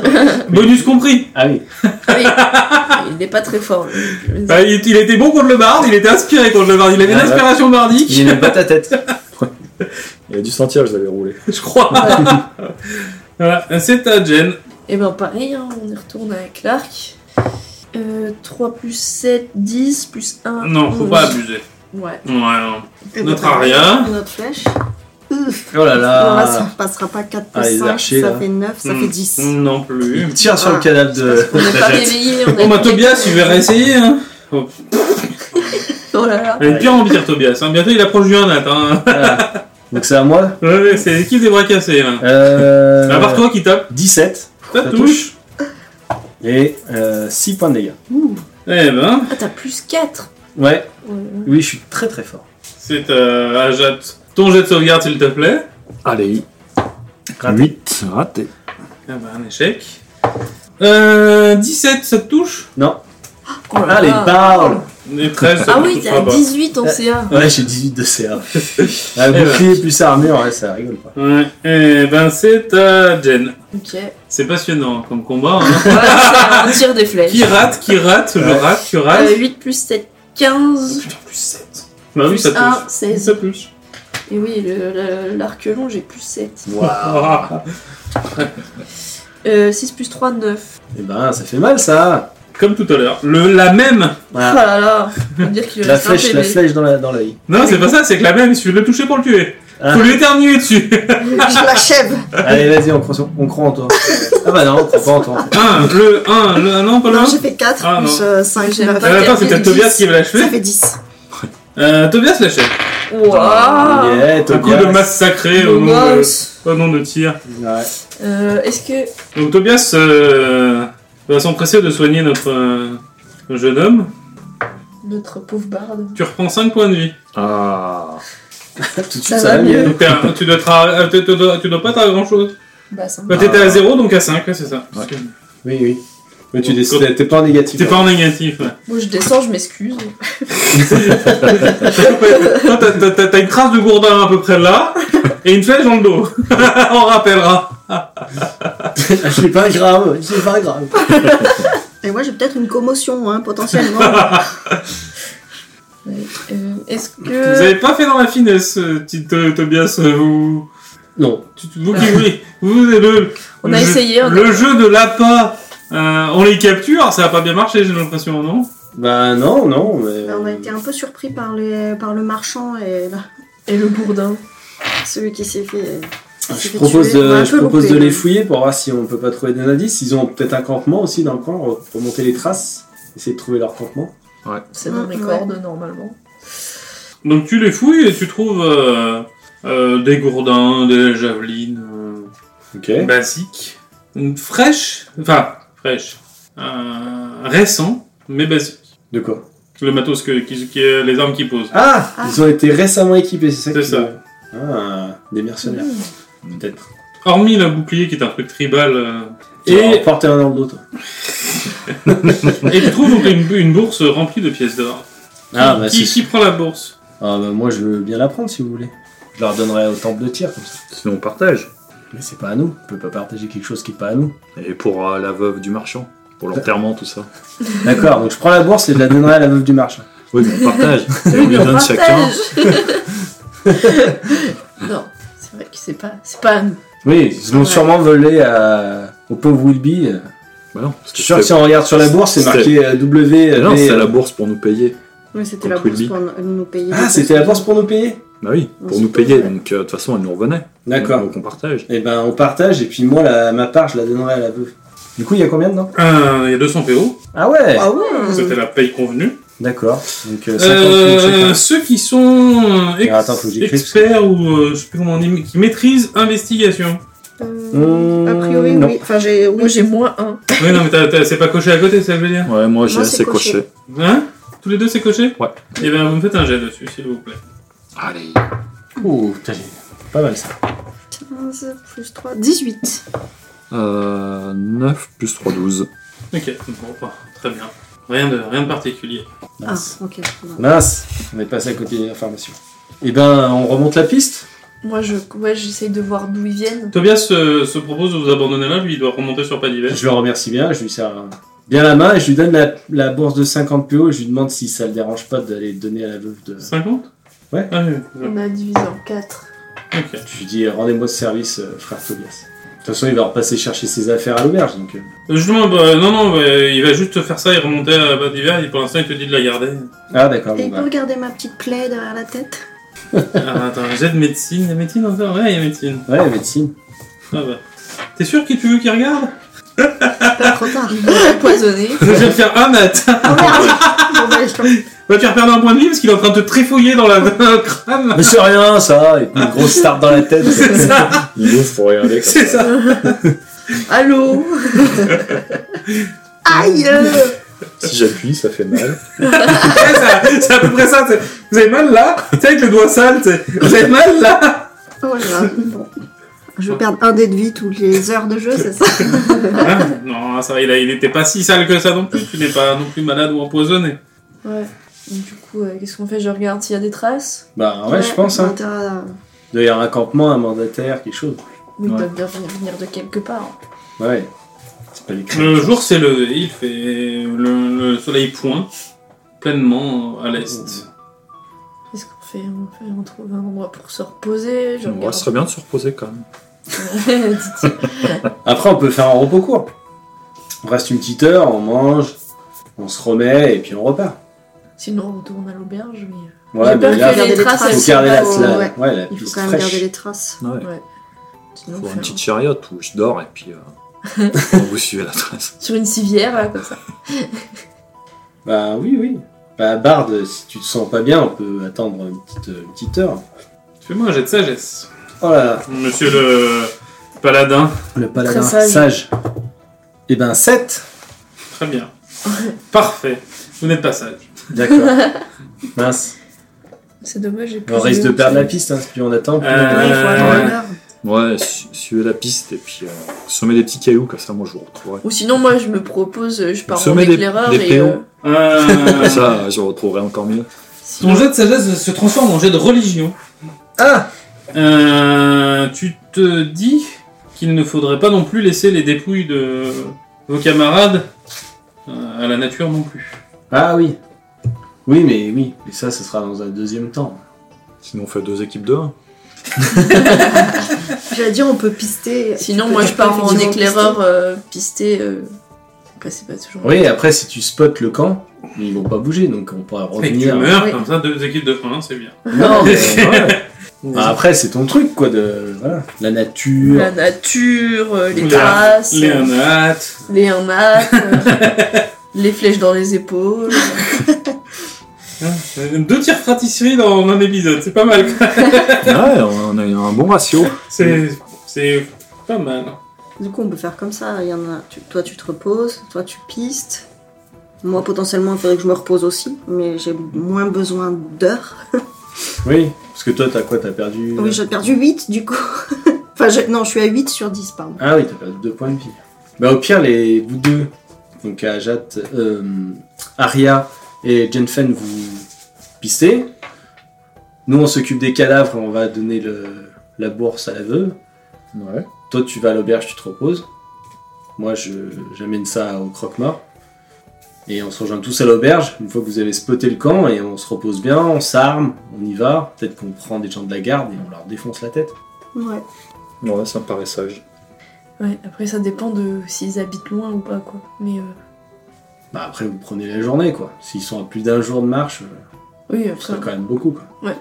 A: Bonus compris.
B: Ah oui.
C: Ah, il n'est pas très fort. le- le-
A: Bah, il, il était bon contre le barde, il était inspiré contre le barde, il avait
B: Ah ouais.
A: l'inspiration bardique,
B: Il n'aime pas ta tête.
F: Il y a du sentir, je l'avais roulé.
A: je crois. voilà, c'est à Jen.
C: Et ben pareil, hein, on y retourne à Clark. Euh, 3 plus 7, 10 plus 1.
A: Non, faut
C: 11.
A: pas abuser.
C: Ouais.
A: Ouais, non.
E: Et
A: Notre
E: bah,
A: aria.
E: Notre flèche. Ouf.
B: Oh là
E: Non, là, ça
B: là.
E: passera pas 4
B: Ah,
E: plus
B: les
E: 5,
B: archers,
E: ça
B: là. Hmm.
E: fait 9, ça
A: Mm.
E: fait 10.
A: Non plus.
B: Il tire sur
E: Ah.
B: le canal de.
C: On n'est pas
B: Jette.
C: réveillé, on est.
A: Bon, bah, Tobias, il verra essayer, hein.
C: Oh là là.
A: Il a de pire envie de dire Tobias, hein. Bientôt, il approche du 1 hein.
B: Voilà. Euh, Donc c'est à moi.
A: Ouais, ouais, c'est l'équipe des bras cassés, là.
B: Euh,
A: À part toi qui tape,
B: 17
A: ça
B: Ça
A: touche.
B: et euh, 6 points de dégâts.
A: Eh ben,
C: Ah, t'as plus Oh 4.
B: Ouais,
C: Ouais, ouais.
B: oui, je suis très très fort.
A: c'est euh, à Jat. Ton jet de sauvegarde, s'il te plaît.
F: Allez. 8, raté.
A: Ah bah, un échec. Euh, 17, ça te touche
B: Non
C: Oh là
B: Allez,
C: là.
B: parle
A: Et 13, Ah, ça
C: Ah
A: te
C: oui,
A: touchera
C: t'as
A: pas.
C: 18 en
B: Euh,
C: CA.
B: Ouais, j'ai 18 de CA. Ah,
A: Eh
B: bouclier plus armure, ouais, ça rigole pas.
A: Ouais, eh ben c'est à Jen.
C: Ok.
A: C'est passionnant comme combat. hein.
C: Voilà, c'est- on tire des flèches.
A: qui rate, qui rate, je
B: Ouais.
A: rate, tu rates.
C: Euh, 8 plus 7, 15.
B: Plus 7.
A: bah oui,
C: plus
A: ça touche.
C: 1, 16.
A: Ça touche.
C: Et oui, le- le- l'arc long, j'ai plus 7.
B: Waouh
A: Ah.
C: Euh, 6 plus 3, 9.
B: Eh ben, ça fait mal ça
A: Comme tout à l'heure. Le La même
C: Ah
B: Voilà.
C: là là. Faut dire qu'il
B: La
C: reste un
B: flèche, la
C: PV.
B: flèche dans la- dans l'œil.
A: Non, c'est pas ça, c'est que la même, il suffit de le toucher pour le tuer.
B: Ah.
A: Faut lui éternuer dessus.
E: Je l'achève.
B: Allez, vas-y, on, croit- on croit en toi. Ah bah non, on croit pas en toi.
A: 1, le 1, le 1, non, pas le 1.
E: Non, j'ai fait 4
A: Ah,
E: plus
A: non.
E: 5,
C: J'aime
B: Euh,
C: pas.
A: attends, c'est
C: j'ai
A: peut-être
C: fait
A: Tobias
C: 10.
A: qui va
E: Ça
A: l'achevée.
E: fait 10.
A: Euh, Tobias l'achève.
C: Waouh
B: Yeah,
A: Un coup de
B: Tobias.
A: massacré au nom de,
C: Boss.
A: au nom de tir.
B: Ouais.
C: Euh, Est-ce que.
A: Donc Tobias euh, va s'empresser de soigner notre euh, jeune homme.
C: Notre pauvre barde.
A: Tu reprends 5 points de vie.
F: Ah.
B: Tout de suite,
C: Ça
B: ça,
C: va
B: va
C: mieux.
B: mieux.
A: Donc, t'as- tu, dois être à- euh, tu, tu dois, tu dois pas être à grand chose.
C: Bah, ça me
A: Bah,
C: va.
A: t'étais à 0, donc à 5, ouais, c'est ça.
F: Ouais.
B: Oui, oui. Mais tu
A: Bon,
B: décides,
A: quand-
B: t'es pas en négatif.
A: T'es pas en négatif, ouais.
C: Bon, je descends, je m'excuse.
A: Toi, t'as- t'as- t'as t'as une trace de gourdin à peu près là, et une flèche dans le dos. On rappellera.
B: J'ai hein. pas grave, j'ai pas grave.
E: Et moi, j'ai peut-être une commotion, hein, potentiellement.
C: Ouais. Euh, Est-ce
A: Vous
C: que.
A: avez pas fait dans la finesse, euh, petit euh, Tobias, euh, vous...
B: Non.
A: tu- Vous qui voulez. Vous, le,
C: On a
A: le-
C: essayé, on a-
A: Le jeu de l'appât, euh, on les capture, ça a pas bien marché, j'ai l'impression, non
B: Bah non, non, mais...
E: Mais on a été un peu surpris par, les, par le marchand et là,
C: Et le bourdin
E: celui qui s'est fait. qui s'est
B: Je
E: fait
B: propose,
E: tuer. On a
B: de,
E: un
B: je
E: peu
B: propose
E: loupé,
B: de les
E: hein.
B: fouiller pour voir si on peut pas trouver des indices. Ils ont peut-être un campement aussi dans le coin, re- remonter les traces, essayer de trouver leur campement.
C: C'est dans
E: Mm,
C: mes
E: ouais.
C: cordes, normalement.
A: Donc tu les fouilles et tu trouves euh, euh, des gourdins, des javelines... euh,
B: Ok.
A: basique, Une fraîche, enfin fraîche, Euh, récent, mais basique.
B: De quoi
A: Le matos que qui, qui est les armes qui posent.
B: ah,
E: Ah.
B: Ils ont été récemment équipés, c'est ça
A: C'est
B: qui-
A: ça.
B: Ah, des mercenaires,
E: Mmh.
B: peut-être.
A: Hormis le bouclier qui est un truc tribal. euh,
B: Et
A: et,
B: porter un dans le dos, toi.
A: et tu trouves donc une, une bourse remplie de pièces d'or.
B: Ah, bah,
A: qui,
B: c'est-
A: qui prend la bourse
B: Ah, bah, moi je veux bien la prendre si vous voulez. Je leur donnerai au temple de tir comme ça.
F: Sinon, on partage.
B: Mais c'est pas à nous. On peut pas partager quelque chose qui est pas à nous.
F: Et pour euh, la veuve du marchand. Pour l'enterrement, tout ça.
B: D'accord, donc je prends la bourse et je la donnerai à la veuve du marchand.
F: Oui, mais on partage. Et on lui
C: On
F: donne chacun.
C: non, c'est vrai que c'est pas, c'est pas à nous.
B: Oui, ils l'ont
C: Ouais.
B: sûrement volé à... au pauvre Wilby.
F: Bah non,
B: Je
F: parce que
B: suis sûr que si
F: c'était-
B: on regarde sur la bourse, c'est marqué euh, W.
F: Eh non,
B: V,
F: c'était à
B: euh,
F: la bourse pour nous payer.
E: Oui, c'était la
F: Contre
E: bourse
F: Wilby.
E: pour euh, nous nous payer.
B: Ah, c'était la bourse pour nous payer
F: Bah oui,
E: On
F: pour
E: se
F: nous
E: pose,
F: payer.
E: ouais.
F: Donc, euh, de toute façon, elle nous revenait.
B: D'accord.
F: Donc, on partage.
B: Et ben, on partage, et puis moi, la- ma part, je la donnerai à la veuve. Du coup, il y a combien dedans
A: Euh, Il y a 200 PO,
B: Ah ouais
E: Ah ouais
A: c'était la paye convenue.
B: D'accord. Donc, euh, 50
A: Euh,
B: chacun.
A: ceux qui sont euh, ex-
B: Ah, attends, faut que j'écrive.
A: experts ou euh, je sais plus comment on dit, mais qui maîtrisent investigation.
E: Euh,
B: Mmh,
E: A priori,
B: non.
E: oui. Enfin, j'ai.
C: Moi
E: Oui,
C: j'ai moins 1.
A: oui, non, mais t'as- t'as- c'est pas coché à côté, ça veut dire.
F: Ouais, moi, j'ai
E: Moi, c'est
F: assez coché.
A: Hein Tous les deux c'est coché
F: Ouais.
A: Et bien vous me faites un jet dessus s'il vous plaît.
F: Allez.
B: Ouh, putain, j'ai- pas mal ça.
E: 15 plus 3, 18.
F: Euh, 9 plus 3, 12.
A: Ok, bon, bah, très bien. Rien de, rien de particulier.
E: Ah,
B: Mince.
E: ok.
B: Mince, on est passé à côté de l'information. Eh ben, on remonte la piste
C: Moi, je, ouais, j'essaye de voir d'où ils viennent.
A: Tobias euh, se propose de vous abandonner là, lui il doit remonter sur Panivet.
B: Je le remercie bien, je lui sers un- bien la main et je lui donne la, la bourse de 50 PO et je lui demande si ça le dérange pas d'aller donner à la veuve de...
A: 50
B: Ouais.
A: Ah, oui, oui.
C: On a divisé en 4.
A: Ok.
B: Je lui dis, rendez-moi ce service, euh, frère Tobias. De toute façon, il va repasser chercher ses affaires à l'auberge, donc... euh.
A: Euh, Justement, bah, non, non, bah, il va juste faire ça et remonter à Panivet, et pour l'instant il te dit de la garder.
B: Ah, d'accord,
E: Et
B: bon,
E: il peut
B: bah.
E: regarder ma petite plaie derrière la tête
A: Ah, attends, un jet de médecine, il y a médecine encore Ouais, il y a médecine.
B: Ouais, médecine.
A: Ah bah. T'es sûr que tu veux qu'il regarde
E: Pas trop tard.
C: Ils vont empoisonner.
A: Je vais faire un mat
E: Oh merde Bon, bah, je-
A: Va te faire perdre un point de vie parce qu'il est en train de te tréfouiller dans la dans le crâne
B: Ah, Mais c'est rien, ça Et puis une grosse tarte dans la tête.
A: C'est ça
D: Il ouvre pour rien avec
A: C'est ça
C: Allô
E: Aïe euh,
D: Si j'appuie, ça fait mal.
A: Ouais, ça- C'est à peu près ça. c'est- Vous avez mal là Tu sais, avec le doigt sale, t'sais, vous avez mal là
E: Oh là là, bon. Je vais perdre un dé de vie toutes les heures de jeu, c'est ça
A: Ah, Non, ça, il, a- il était pas si sale que ça non plus. Tu n'es pas non plus malade ou empoisonné.
C: Ouais. Donc, du coup, euh, qu'est-ce qu'on fait Je regarde s'il y a des traces.
B: Bah ouais, je pense, hein.
E: t'as intérêt à-
B: Il doit y avoir un campement, un mandataire, quelque chose.
C: Mais ils
F: Ouais.
C: doivent bien venir, venir de quelque part. hein.
B: Ouais. C'est pas les crêpes.
A: Le jour s'est levé, il fait le, le soleil point pleinement à l'est.
C: Qu'est-ce qu'on fait on, fait on trouve un endroit pour se reposer. Je
D: Ouais,
C: regarde.
D: ce serait bien de se reposer quand même.
C: Dites-y.
B: Après, on peut faire un repos court. On reste une petite heure, on mange, on se remet et puis on repart.
C: Sinon, on retourne à l'auberge. Mais... euh,
B: Ouais,
C: J'ai peur
B: mais
C: que
B: là,
E: Garder
C: les
E: des
C: traces,
E: traces,
C: elles
B: faut
E: c'est
B: garder la,
E: pas au-
C: soient-
B: la,
E: ouais.
B: ouais, la
E: Il faut
B: piste
E: quand même garder
B: fraîche.
E: les traces.
F: Ouais.
C: Ouais. hein. Sinon,
F: Faut
C: faire
F: un petit chariot où je dors et puis euh, vous suivez la trace.
C: Sur une civière, là, comme ça.
B: Bah oui, oui. Bah Bard, si tu te sens pas bien, on peut attendre une petite, une petite heure.
A: Fais-moi un jet de sagesse.
B: Oh là là,
A: Monsieur le paladin.
B: le paladin
C: Très
B: sage.
C: sage.
B: Eh ben 7
A: Très bien. Parfait. Vous n'êtes pas sage.
B: D'accord. Mince.
C: C'est dommage, j'ai plus
B: On risque de perdre la piste, hein, puis on attend. plus on-
E: Ouais, il faut attendre
A: Euh,
E: une heure.
F: Ouais, su- suivez la piste et puis euh, semez des petits cailloux, comme ça moi je vous retrouverai.
C: Ou sinon, moi, je me propose, euh, je pars en
F: Sommet des-
C: éclaireur
F: des
C: et...
F: PO.
C: euh,
A: Euh,
F: Comme ça euh, je vous retrouverai encore mieux.
C: si-
A: ton jet de sagesse se transforme en jet de religion.
B: Ah
A: Euh, tu te dis qu'il ne faudrait pas non plus laisser les dépouilles de vos camarades euh, à la nature non plus.
B: Ah oui. Oui, mais oui. Et ça, ce sera dans un deuxième temps.
F: Sinon on fait deux équipes de 1.
E: J'allais dire, on peut pister.
C: Sinon,
E: Tu peux
C: moi,
E: dire
C: je pars
E: pas,
C: en
E: effectivement,
C: éclaireur euh, pisté. euh, Après, c'est pas toujours...
B: Oui, après, si tu spots le camp, ils vont pas bouger, donc on pourra
A: Et tu
B: revenir.
A: meurs
E: Oui.
A: comme ça, deux équipes de points, c'est bien.
B: Non, mais ouais. Bah, après, c'est ton truc, quoi, de. Voilà. La nature.
C: La nature, euh, les
A: Les-
C: traces,
A: Les
C: euh,
A: hâte.
C: les hamacs, euh, les flèches dans les épaules.
A: Hein, Deux tirs fratisseries dans un épisode, c'est pas mal.
F: Ouais, on a eu un bon ratio.
A: C'est c'est pas mal.
E: Du coup, on peut faire comme ça. Il y en a. tu- toi, tu te reposes. Toi, tu pistes. Moi, potentiellement, il faudrait que je me repose aussi, mais j'ai moins besoin d'heures.
B: Oui. Parce que toi, t'as quoi T'as perdu.
E: Oui, j'ai perdu 8 du coup. enfin, j'ai- non, je suis à 8 sur 10, pardon.
B: Ah oui, t'as perdu deux points de vie. Bah au pire, les vous deux, donc Ajat, euh, Aria et Jenfen, vous pissez. Nous, on s'occupe des cadavres, on va donner le, la bourse à la veuve.
D: Ouais.
B: Toi, tu vas à l'auberge, tu te reposes. Moi, je, j'amène ça au croque-mort. Et on se rejoint tous à l'auberge, une fois que vous avez spoté le camp, et on se repose bien, on s'arme, on y va. Peut-être qu'on prend des gens de la garde et on leur défonce la tête.
E: Ouais.
D: Ouais, ça me paraît sage.
C: Ouais, après, ça dépend de s'ils habitent loin ou pas, quoi. Mais... euh,
B: Bah après, vous prenez la journée, quoi. S'ils sont à plus d'un jour de marche... euh,
C: Oui,
B: Ce
C: après,
B: serait quand même beaucoup. Quoi.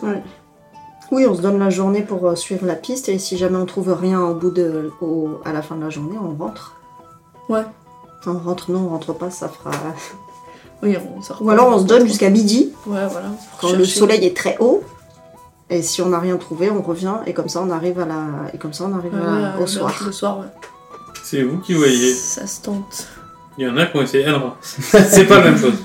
E: Oui, on se donne la journée pour euh, suivre la piste et si jamais on trouve rien au bout de, au- à la fin de la journée, on rentre.
C: Ouais.
E: On rentre, non, on rentre pas, ça fera.
C: oui, on sort.
E: Ou alors on se donne jusqu'à midi
C: Ouais, voilà. pour
E: quand le
C: chercher.
E: soleil est très haut. Et si on n'a rien trouvé, on revient et comme ça on arrive à la et comme ça on arrive
C: Ouais,
E: à-
C: ouais,
E: au
C: ouais,
E: soir.
C: Le soir, ouais.
A: C'est vous qui voyez.
C: Ça se tente.
A: Il y en a qui ont essayé. Ah non, c'est pas la même chose.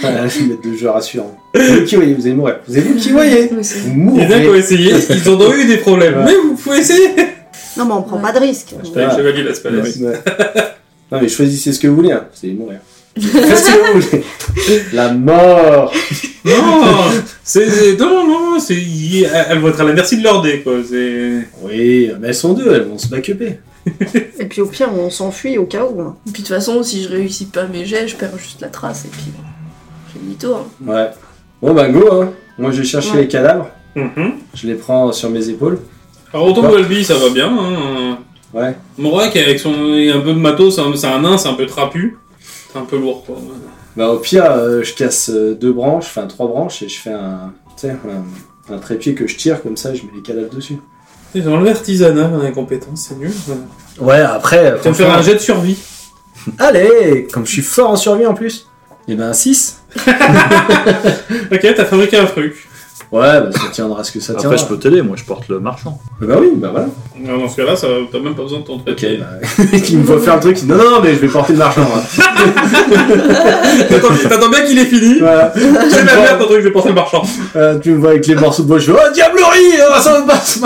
B: Voilà, je vais mettre deux jeux rassurants. Vous qui voyez, vous allez mourir. Vous allez vous qui voyez
C: Oui, c'est-
B: Vous
A: Il y en a qui ont
B: mourrez
A: essayé, ils ont eu des problèmes. Mais vous pouvez essayer
E: Non, mais on prend
C: Ouais.
E: pas de risque.
A: T'as le chevalier de la Spalès.
D: Oui.
B: Ouais. non, mais choisissez ce que vous voulez, hein. c'est mourir. Faites ce que vous voulez. La mort
A: Non, c'est, c'est- non, non, non, c'est, il- elle va être à la merci de leur dé, quoi. C'est,
B: Oui, euh, mais elles sont deux, elles vont se backuper.
E: Et puis au pire, on s'enfuit au cas où. hein.
C: Et puis de toute façon, si je réussis pas mes jets, je perds juste la trace et puis j'ai demi-tour. hein.
B: Ouais. Bon, bah go, hein. Moi, je vais chercher
E: Ouais.
B: les cadavres,
A: Mhm.
B: je les prends sur mes épaules.
A: Alors,
B: Bah.
A: autant que Albi, ça va bien, hein.
B: Ouais.
A: Morak, avec son, il a un peu de matos, c'est un, c'est un nain, c'est un peu trapu. C'est un peu lourd, quoi.
B: Bah, au pire, euh, je casse euh, deux branches, enfin trois branches, et je fais un, tu sais, un, un trépied que je tire, comme ça, je mets les cadavres dessus.
A: C'est dans l'artisanat, on a compétence, c'est nul.
B: Ouais, après.
A: Tu vas me faire un jet de survie.
B: Allez Comme je suis fort en survie en plus. Et ben, 6.
A: Ok, t'as fabriqué un truc.
B: Ouais, bah, ça tiendra ce que ça tiendra.
F: Après, je peux t'aider, moi je porte le marchand.
B: Bah oui, bah voilà.
A: Alors, dans ce cas-là, ça, t'as même pas besoin de ton trait.
B: Ok, bah, qui me voit faire le truc, il dit non, non, mais je vais porter de l'argent. hein. moi.
A: T'attends, t'attends bien qu'il est fini.
B: Voilà.
A: C'est la merde, ton truc, je vais porter le marchand.
B: Euh, tu me vois avec les morceaux de bois, je fais oh, diablerie, oh, ça me passe.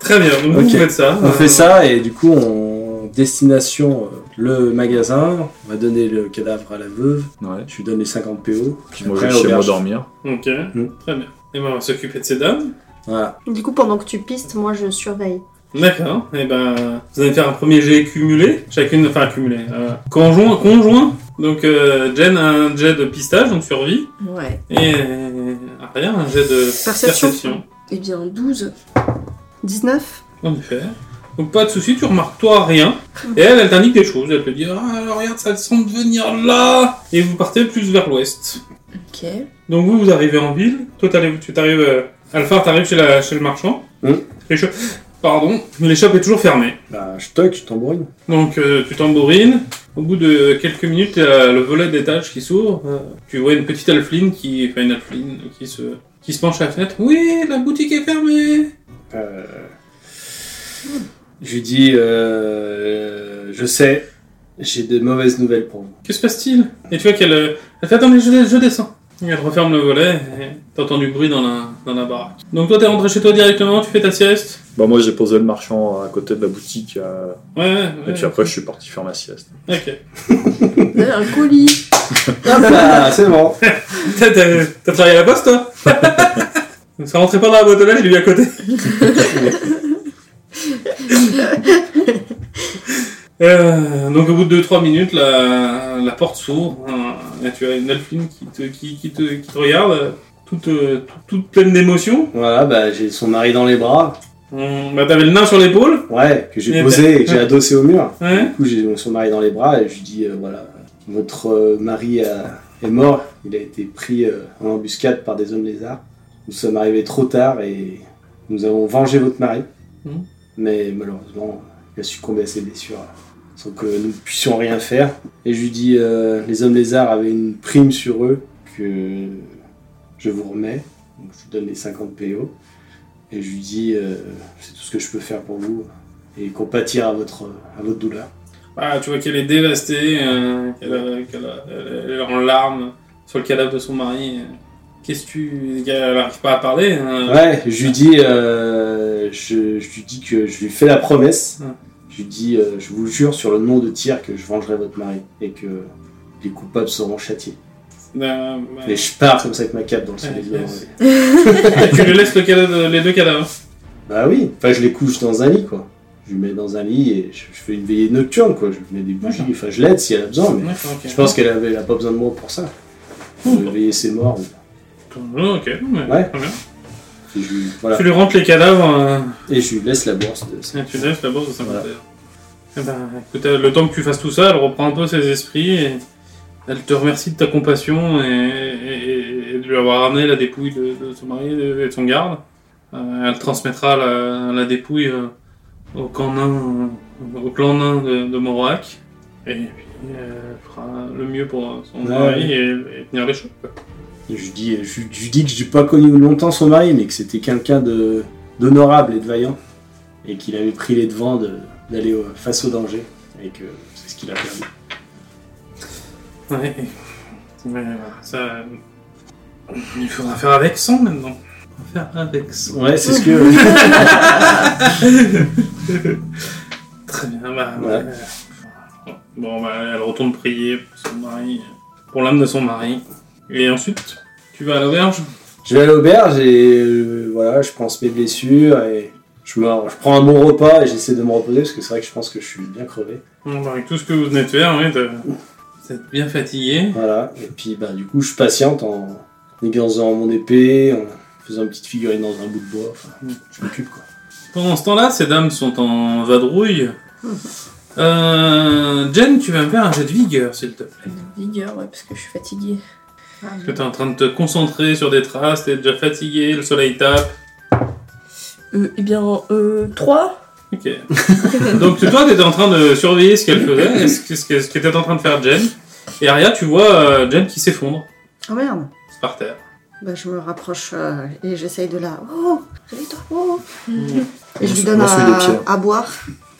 A: Très bien, donc
B: Ok.
A: vous faites ça.
B: On
A: Euh,
B: fait ça et du coup, on destination euh, le magasin, on va donner le cadavre à la veuve,
F: Ouais.
B: je lui donne les 50 PO.
F: Puis moi je
B: Après,
F: vais chez moi
B: auberge.
F: dormir.
A: Ok,
B: Mm.
A: très bien. Et ben, on va s'occuper de ces dames.
B: Voilà.
E: Du coup, pendant que tu pistes, moi je surveille.
A: D'accord. Et ben, vous allez faire un premier jet cumulé. Chacune, enfin cumulé. euh, conjoint, conjoint. Donc euh, Jen a un jet de pistage, donc survie.
C: Ouais.
A: Et euh, Aria un jet de
E: Perception.
C: Eh bien, 12.
E: 19
A: En effet. Donc pas de souci, tu remarques toi rien. Et elle, elle t'indique des choses. Elle te dit, ah alors, regarde, ça semble venir là. Et vous partez plus vers l'ouest.
C: Ok.
A: Donc vous, vous arrivez en ville. Toi, t'arrives- tu t'arrives... euh, Alpha, t'arrives chez, la- chez le marchand.
B: Mm.
A: Les cho- Pardon, l'échoppe est toujours fermée.
B: Bah, je toque, je tambourine.
A: Donc euh, tu tambourines, au bout de quelques minutes, t'as le volet d'étage qui s'ouvre, Euh, tu vois une petite alfline qui, enfin une alfline qui se, qui se penche à la fenêtre. Oui, la boutique est fermée.
B: Euh, Je lui dis, euh, je sais, j'ai des mauvaises nouvelles pour vous.
A: Que se passe-t-il Et tu vois qu'elle, euh, elle fait attendez, je, je descends. Et elle referme le volet et t'entends du bruit dans la, dans la baraque. Donc toi t'es rentré chez toi directement, tu fais ta sieste.
F: Bah, moi j'ai posé le marchand à côté de la boutique euh,
A: Ouais, ouais.
F: et puis après je suis parti faire ma sieste.
A: Ok.
C: Vous avez un colis.
B: Hop là, Ah, c'est bon.
A: T'as- T'as t'as travaillé à la poste toi Donc ça rentrait pas dans la boîte aux lettres, j'ai mis à côté. Euh, donc au bout de 2-3 minutes, la, la porte s'ouvre. hein, et tu as une alpine qui te, qui, qui te, qui te regarde, euh, toute, euh, toute, toute pleine d'émotion.
B: Voilà, bah, j'ai son mari dans les bras.
A: Hum, bah, T'avais le nain sur l'épaule. hein.
B: Ouais, que
A: Et
B: j'ai posé, et que j'ai adossé au mur.
A: Ouais.
B: Du coup, j'ai son mari dans les bras et je lui dis euh, voilà, votre euh, mari a- est mort, il a été pris euh, en embuscade par des hommes lézards. Nous sommes arrivés trop tard et nous avons vengé votre mari.
A: Mhm.
B: Mais malheureusement, il a succombé à ses blessures euh, sans que nous ne puissions rien faire. Et je lui dis euh, les hommes lézards avaient une prime sur eux que je vous remets. Donc, je vous donne les 50 PO. Et je lui dis euh, c'est tout ce que je peux faire pour vous et compatir à votre, à votre douleur.
A: Ah, tu vois qu'elle est dévastée, euh, qu'elle a- qu'elle a- elle- elle est en larmes sur le cadavre de son mari. euh. Qu'est-ce que tu... Elle n'arrive pas à parler. hein.
B: Ouais, je lui dis, euh, je, je lui dis que je lui fais la promesse.
A: Ouais.
B: Je lui dis, euh, je vous jure sur le nom de Tyr que je vengerai votre mari et que les coupables seront châtiés.
A: Euh, bah,
B: Et je pars comme ça avec ma cape dans le soleil.
A: Ouais,
B: blanc.
A: yes. tu lui laisses le cadavre- les deux cadavres.
B: Bah oui, enfin je les couche dans un lit quoi. Je lui mets dans un lit et je, je fais une veillée nocturne quoi. Je lui mets des bougies, enfin je l'aide si elle a besoin, mais
A: D'accord, ok.
B: je pense qu'elle avait, elle a pas besoin de moi pour ça. Pour
A: Ouh.
B: veiller ses morts.
A: Oh, ok, mais
B: Ouais.
A: très bien.
B: Et je, lui- voilà.
A: Tu lui rentres les cadavres euh,
B: et je lui laisse la bourse de
A: et tu laisses la bourse de 50
B: Voilà.
A: euros. Eh ben, écoute, euh, le temps que tu fasses tout ça, elle reprend un peu ses esprits et elle te remercie de ta compassion et, et- et de lui avoir ramené la dépouille de, de son mari et de et de son garde. Euh, elle transmettra la, la dépouille euh, au clan nain, euh, au clan nain de, de Morak. Et puis euh, elle fera le mieux pour euh, son
B: Ouais.
A: mari et, et tenir les choses. quoi.
B: Je lui dis, je, je lui dis que j'ai pas connu longtemps son mari, mais que c'était quelqu'un de d'honorable et de vaillant, et qu'il avait pris les devants de- d'aller au- face au danger, et que c'est ce qu'il a perdu.
A: Ouais. Mais euh, ça. Il faudra faire avec sans maintenant. faire avec ça.
B: Ouais, c'est ce que.
A: Très bien, bah,
B: Ouais.
A: euh, Bon, bah, elle retourne prier pour son mari, euh, pour l'âme de son mari. Et ensuite, tu vas à l'auberge
B: Je vais à l'auberge et euh, voilà, je pense mes blessures et je, me, je prends un bon repas et j'essaie de me reposer parce que c'est vrai que je pense que je suis bien crevé.
A: Bon, bah, Avec tout ce que vous venez de faire, oui, t'as- vous êtes bien fatigué.
B: Voilà, et puis ben, du coup, je patiente en aiguisant mon épée, en faisant une petite figurine dans un bout de bois. Enfin, je m'occupe quoi.
A: Pendant ce temps-là, ces dames sont en vadrouille. Euh, Jen, tu vas me faire un jet de vigueur, s'il te plaît.
C: Vigueur, ouais, parce que je suis fatiguée.
A: Parce que t'es en train de te concentrer sur des traces, t'es déjà fatigué, le soleil tape.
C: Euh, eh bien, euh, 3
A: Ok. Donc toi, t'étais en train de surveiller ce qu'elle faisait, ce que- ce que- ce qu'était en train de faire Jen. Et Aria, tu vois euh, Jen qui s'effondre
E: Oh merde.
A: par terre.
E: Bah, je me rapproche euh, et j'essaye de la. Oh, réveille-toi. Oh.
C: Mm.
E: Et je lui
D: On
E: donne
D: se- on se met des
E: à,
D: pierres.
E: à boire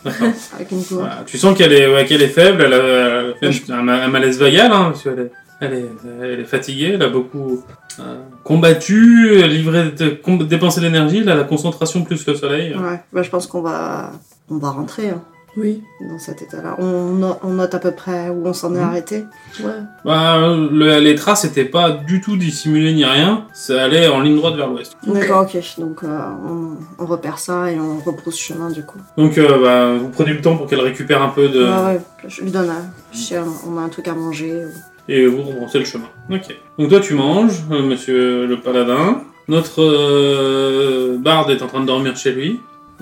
A: D'accord.
E: avec une gourde.
A: Voilà. Tu sens qu'elle est, ouais, qu'elle est faible, elle a, elle a fait un, un ma- un malaise vagal, hein, parce qu'elle est, elle est, elle est fatiguée, elle a beaucoup euh, combattu, livré, de- com- dépensé de l'énergie, là, la concentration plus le soleil.
E: Ouais. Bah, je pense qu'on va, on va rentrer hein,
C: Oui,
E: dans cet état-là. On, no- on note à peu près où on
D: Mhm.
E: s'en est arrêté.
C: ouais.
A: Bah, le- les traces n'étaient pas du tout dissimulées ni rien, ça allait en ligne droite vers l'ouest.
C: Ok.
E: D'accord, ok. Donc, euh, on, on repère ça et on repousse chemin du coup.
A: Donc euh, bah, vous prenez le temps pour qu'elle récupère un peu de...
E: Ouais, ouais. Je lui donne. un- je sais, on a un truc à manger.
A: Et vous repensez le chemin. Ok. Donc toi tu manges, euh, monsieur le paladin. Notre euh, barde est en train de dormir chez lui.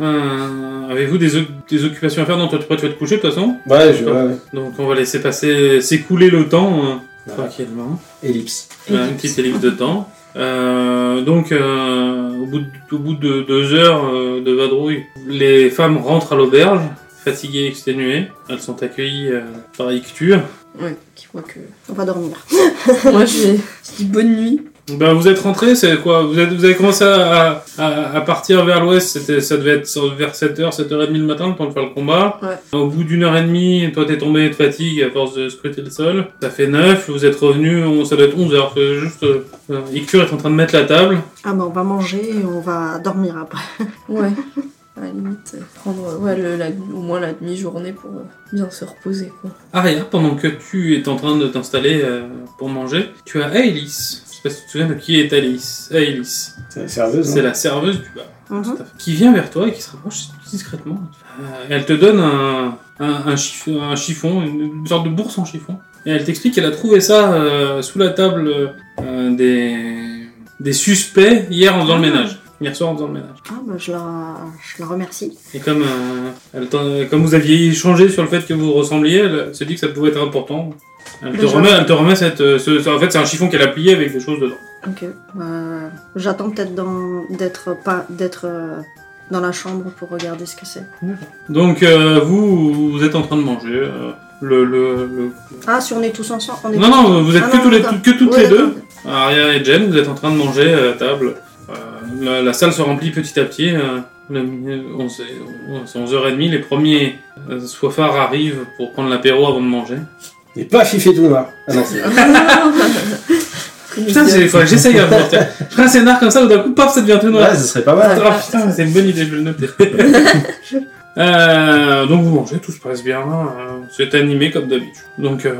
A: Euh, Avez-vous des, o- des occupations à faire Non, toi tu, toi, tu vas te coucher de toute façon.
B: Ouais, je, ouais, ouais.
A: Donc on va laisser passer, s'écouler le temps euh,
B: Bah,
A: tranquillement.
B: Ellipse.
A: Euh, une petite ellipse de temps. Euh, donc euh, au bout de, au bout de deux heures euh, de vadrouille, les femmes rentrent à l'auberge, fatiguées, exténuées. Elles sont accueillies euh, par Icture.
C: Ouais, qui voit que.
E: On va dormir.
C: Moi, j'ai je dis bonne nuit.
A: Ben, vous êtes rentré, c'est quoi vous, êtes- vous avez commencé à, à- à partir vers l'ouest, c'était- ça devait être sur- vers 7h, 7h30 le matin, le temps de faire le combat. Au bout d'une heure et demie, toi t'es tombé de fatigue à force de scruter le sol. Ça fait 9, vous êtes revenu, on, ça doit être 11h, c'est juste... euh, euh, Icture est en train de mettre la table.
E: Ah, bah, on va manger et on va dormir après.
C: Ouais. À la limite, euh, prendre euh, ouais, le- la- au moins la demi-journée pour euh, bien se reposer, quoi.
A: Aria, pendant que tu es en train de t'installer euh, pour manger, tu as Aelis. Je sais pas si tu te souviens de qui est Aelis. Aelis,
B: C'est la serveuse.
A: c'est
B: hein
A: la serveuse du bar.
E: Mhm.
A: Tout à fait. qui vient vers toi et qui se rapproche discrètement. Euh, elle te donne un, un- un chif- un chiffon, une, une sorte de bourse en chiffon. Et elle t'explique qu'elle a trouvé ça euh, sous la table euh, des, des suspects hier en faisant le ménage. Hier soir en faisant le ménage.
E: Ah, bah, je la, je la remercie.
A: Et comme, euh, elle t'en- comme vous aviez échangé sur le fait que vous ressembliez, elle s'est dit que ça pouvait être important. Elle te
E: Déjà.
A: remet, elle te remet cette, euh, ce- ce- en fait, c'est un chiffon qu'elle a plié avec des choses dedans.
E: Ok. Bah, J'attends peut-être dans- d'être pas d'être euh, dans la chambre pour regarder ce que c'est.
A: Donc, euh, vous, vous êtes en train de manger. euh, le, le- le-
E: Ah, si on est tous ensemble, on est
A: Non,
E: tous-
A: non, vous êtes
E: Ah
A: que,
E: non,
A: tous les,
E: d'accord.
A: que toutes
E: Ouais,
A: les deux.
E: d'accord.
A: Aria et Jen, vous êtes en train de manger euh, à table. Euh, la, la salle se remplit petit à petit. euh, le- euh, on sait- on- C'est 11h30. Les premiers euh, soifards arrivent pour prendre l'apéro avant de manger.
B: Et pas fifé tout noir. Ah non, c'est
A: Putain, c'est- faudrait que j'essaye à vous sortir. Je ferai un scénar comme ça où d'un coup, paf, ça devient tout noir.
B: Ouais, ce serait pas mal.
A: Ah putain, c'est une bonne idée, je vais le noter. Euh, donc vous mangez, tout se passe bien, euh, c'est animé comme d'habitude. Donc euh,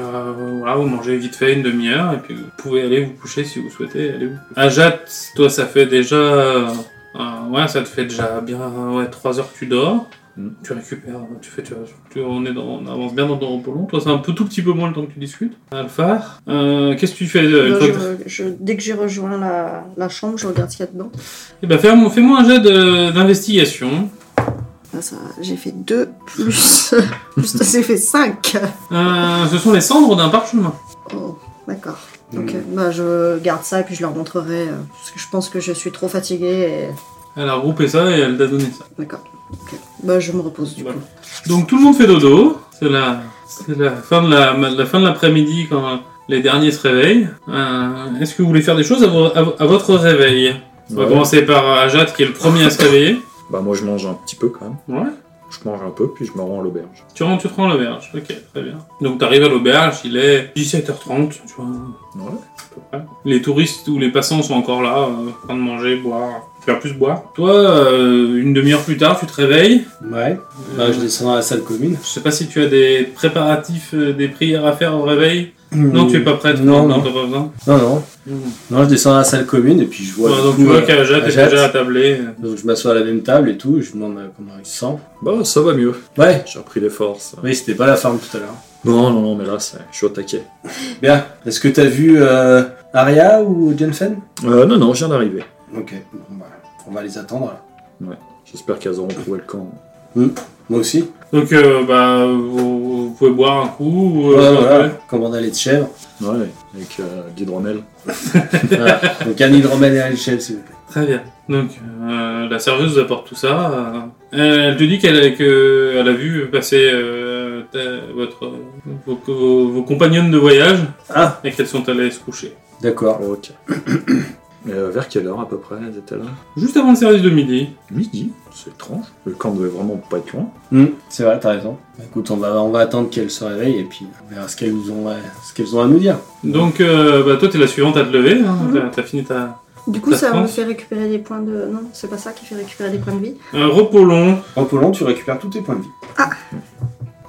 A: voilà, vous mangez vite fait une demi-heure et puis vous pouvez aller vous coucher si vous souhaitez. Allez vous coucher. Ajat, toi ça fait déjà, euh, euh, ouais, ça te fait déjà bien ouais, 3 heures que tu dors.
B: Hmm.
D: Mm.
A: Tu récupères, tu fais, tu, tu- on, est dans- on avance bien dans ton repos long. Toi, c'est un peu, tout petit peu moins le temps que tu discutes. Alphar, euh, qu'est-ce que tu fais euh, une
E: Bah,
A: fois que
E: je- je- dès que j'ai rejoint la, la chambre, je regarde ce qu'il y a dedans.
A: Eh ben, fais-moi fais-moi un jet de- d'investigation.
E: Ah, ça, j'ai fait 2 plus. plus toi, j'ai fait 5.
A: Euh, ce sont les cendres d'un parchemin.
E: Oh, d'accord.
B: Mm.
E: Ok, bah, je garde ça et puis je leur montrerai. euh, parce que je pense que je suis trop fatiguée. et-
A: Elle a groupé ça et elle t'a donné ça.
E: D'accord. Ok. Bah, je me repose du
A: Voilà.
E: coup.
A: Donc tout le monde fait dodo. C'est la, c'est la fin de la, la fin de l'après-midi quand les derniers se réveillent. Euh, Est-ce que vous voulez faire des choses à, vo- à vo- à votre réveil On va euh,
D: Ouais.
A: commencer par Ajat qui est le premier à se réveiller.
D: Bah moi je mange un petit peu quand même.
A: Ouais.
F: Je mange un peu, puis je me rends à l'auberge.
A: Tu rentres, tu te rends à l'auberge. Ok, très bien. Donc t'arrives à l'auberge, il est 17h30, tu vois, à
F: Ouais.
A: peu près. Les touristes ou les passants sont encore là, euh, en train de manger, boire, faire plus boire. Toi, euh, une demi-heure plus tard, tu te réveilles. Euh,
B: Ouais. Bah, je descends dans la salle commune.
A: Je sais pas si tu as des préparatifs, euh, des prières à faire au réveil. Non, tu es pas prête.
B: Non, non.
A: t'as pas besoin.
B: Non, non. Non, je descends dans la salle commune et puis je vois.
A: Ouais,
B: du
A: donc
B: coup,
A: tu vois
B: euh,
A: qu'Ajat est
B: Ajat.
A: déjà attablé.
B: donc je m'assois à la même table et tout. Je lui demande euh, comment il se sent.
F: Bah, ça va mieux.
B: Ouais.
F: J'ai repris les forces.
B: Oui, c'était pas la forme tout à l'heure.
F: Non, non, non, mais là, c'est- je suis au taquet.
B: Bien. Est-ce que t'as vu euh, Arya ou Jensen
F: Euh, non, non, je viens d'arriver.
B: Ok. Bon, bah, on va les attendre. là.
F: J'espère qu'elles auront trouvé le camp.
B: Moi aussi.
A: Donc, euh, bah, vous, vous pouvez boire un coup. ou, euh,
B: Ouais,
A: vous
B: voilà.
A: pouvez-
B: Commande à lait de chèvre.
F: Ouais, avec euh, d'hydromel.
B: voilà. Donc un hydromel et un lait de chèvre, s'il vous plaît.
A: Très bien. Donc, euh, la serveuse vous apporte tout ça. euh, elle te dit qu'elle que, elle a vu passer euh, ta- votre, vos, vos- vos compagnonnes de voyage
B: Ah.
A: et qu'elles sont allées se coucher.
B: D'accord.
F: Ok. Et euh, vers quelle heure à peu près elles étaient là
A: Juste avant le service de midi.
F: Midi, c'est étrange. Le camp devait vraiment pas être loin.
B: Hmm, c'est vrai, t'as raison. Bah, écoute, on va, on va attendre qu'elle se réveille et puis on verra ce qu'elles nous ont, à- ce qu'elles ont à nous dire.
A: Donc, euh, bah, toi, t'es la suivante à te lever. Hein,
B: Mhm.
A: T'as- T'as fini ta.
E: Du coup,
A: La
E: ça me
A: France.
E: fait récupérer des points de. Non, c'est pas ça qui fait récupérer des points de vie.
A: Un repos long.
B: En Poland, tu récupères tous tes points de vie.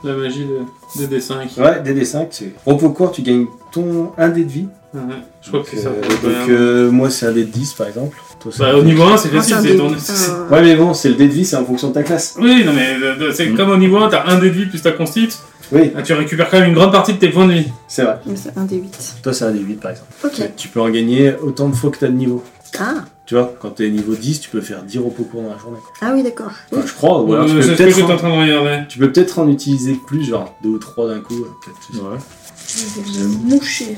A: La magie de, des D5.
B: Ouais, DD5, c'est. Repos court, tu gagnes ton 1 dé de vie.
A: Ouais, Je crois que Oh, c'est ça.
B: Euh, donc euh, moi, c'est un dé de 10 par exemple. Toi, c'est
A: Bah,
B: un
A: au
B: dé de-
A: niveau 1, c'est
E: Moi, Ah,
A: facile.
E: c'est un Ah,
A: c'est
E: dé-
A: ton-
E: un-
B: Ouais, mais bon, c'est le dé de vie, c'est en fonction de ta classe.
A: Oui, non, mais euh, c'est
F: Mm.
A: comme au niveau 1, t'as un dé de vie plus ta constite.
B: Oui,
A: Ah, Tu récupères quand même une grande partie de tes points de vie.
B: c'est vrai.
E: Mais c'est un des 8.
B: Toi, c'est un dé de 8 par exemple.
E: Ok.
B: Mais Tu peux en gagner autant de fois que t'as de niveau.
E: Ah,
B: Tu vois, quand t'es niveau 10, tu peux faire 10 repos courts dans la journée. quoi.
E: ah oui, d'accord.
B: Enfin, je crois, ou alors tu
A: Euh,
B: peux
A: c'est ce que j'étais en
B: peut-être. en-
A: train de regarder.
B: Tu peux peut-être en utiliser plus, genre 2 ou 3 d'un coup. euh, peut-être.
F: Ouais.
C: ah, Je vais me moucher.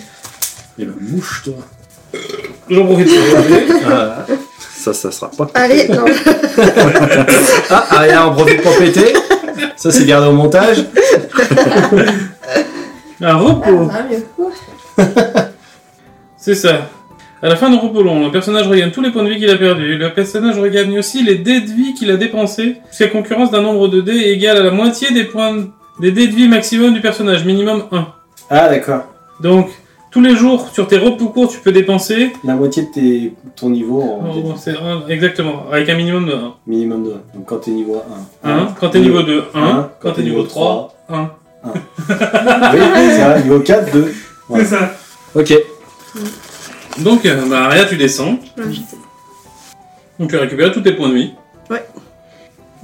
B: Et bah, mouche toi.
A: J'en profite pour vous rappeler.
B: Ah,
F: Ça, ça sera pas.
E: Allez, non.
B: ah, Arya en profite pour péter. Ça, c'est gardé au montage.
A: Un
C: Ah,
A: repos,
C: ça va mieux.
A: c'est ça. À la fin d'un repos long, le personnage regagne tous les points de vie qu'il a perdus. Le personnage regagne aussi les dés de vie qu'il a dépensés, puisqu'à concurrence d'un nombre de dés égale à la moitié des points de- des dés de vie maximum du personnage, minimum 1.
B: Ah, d'accord.
A: Donc, tous les jours, sur tes repos courts, tu peux dépenser.
B: La moitié de tes, ton niveau en dé de
A: Oh,
B: vie.
A: c'est un- exactement, avec un minimum de 1.
B: minimum de 1. Donc quand t'es niveau 1.
A: 1. Quand t'es niveau 2, 1. Quand t'es niveau 3,
B: 3.
A: 1.
B: Oui, c'est vrai. Niveau 4, 2. Ouais.
A: C'est ça.
B: Ok.
A: Donc, euh, bah, Aria, tu descends.
E: Ouais, j'étais-
A: Donc, tu récupères tous tes points de vie.
E: Bah,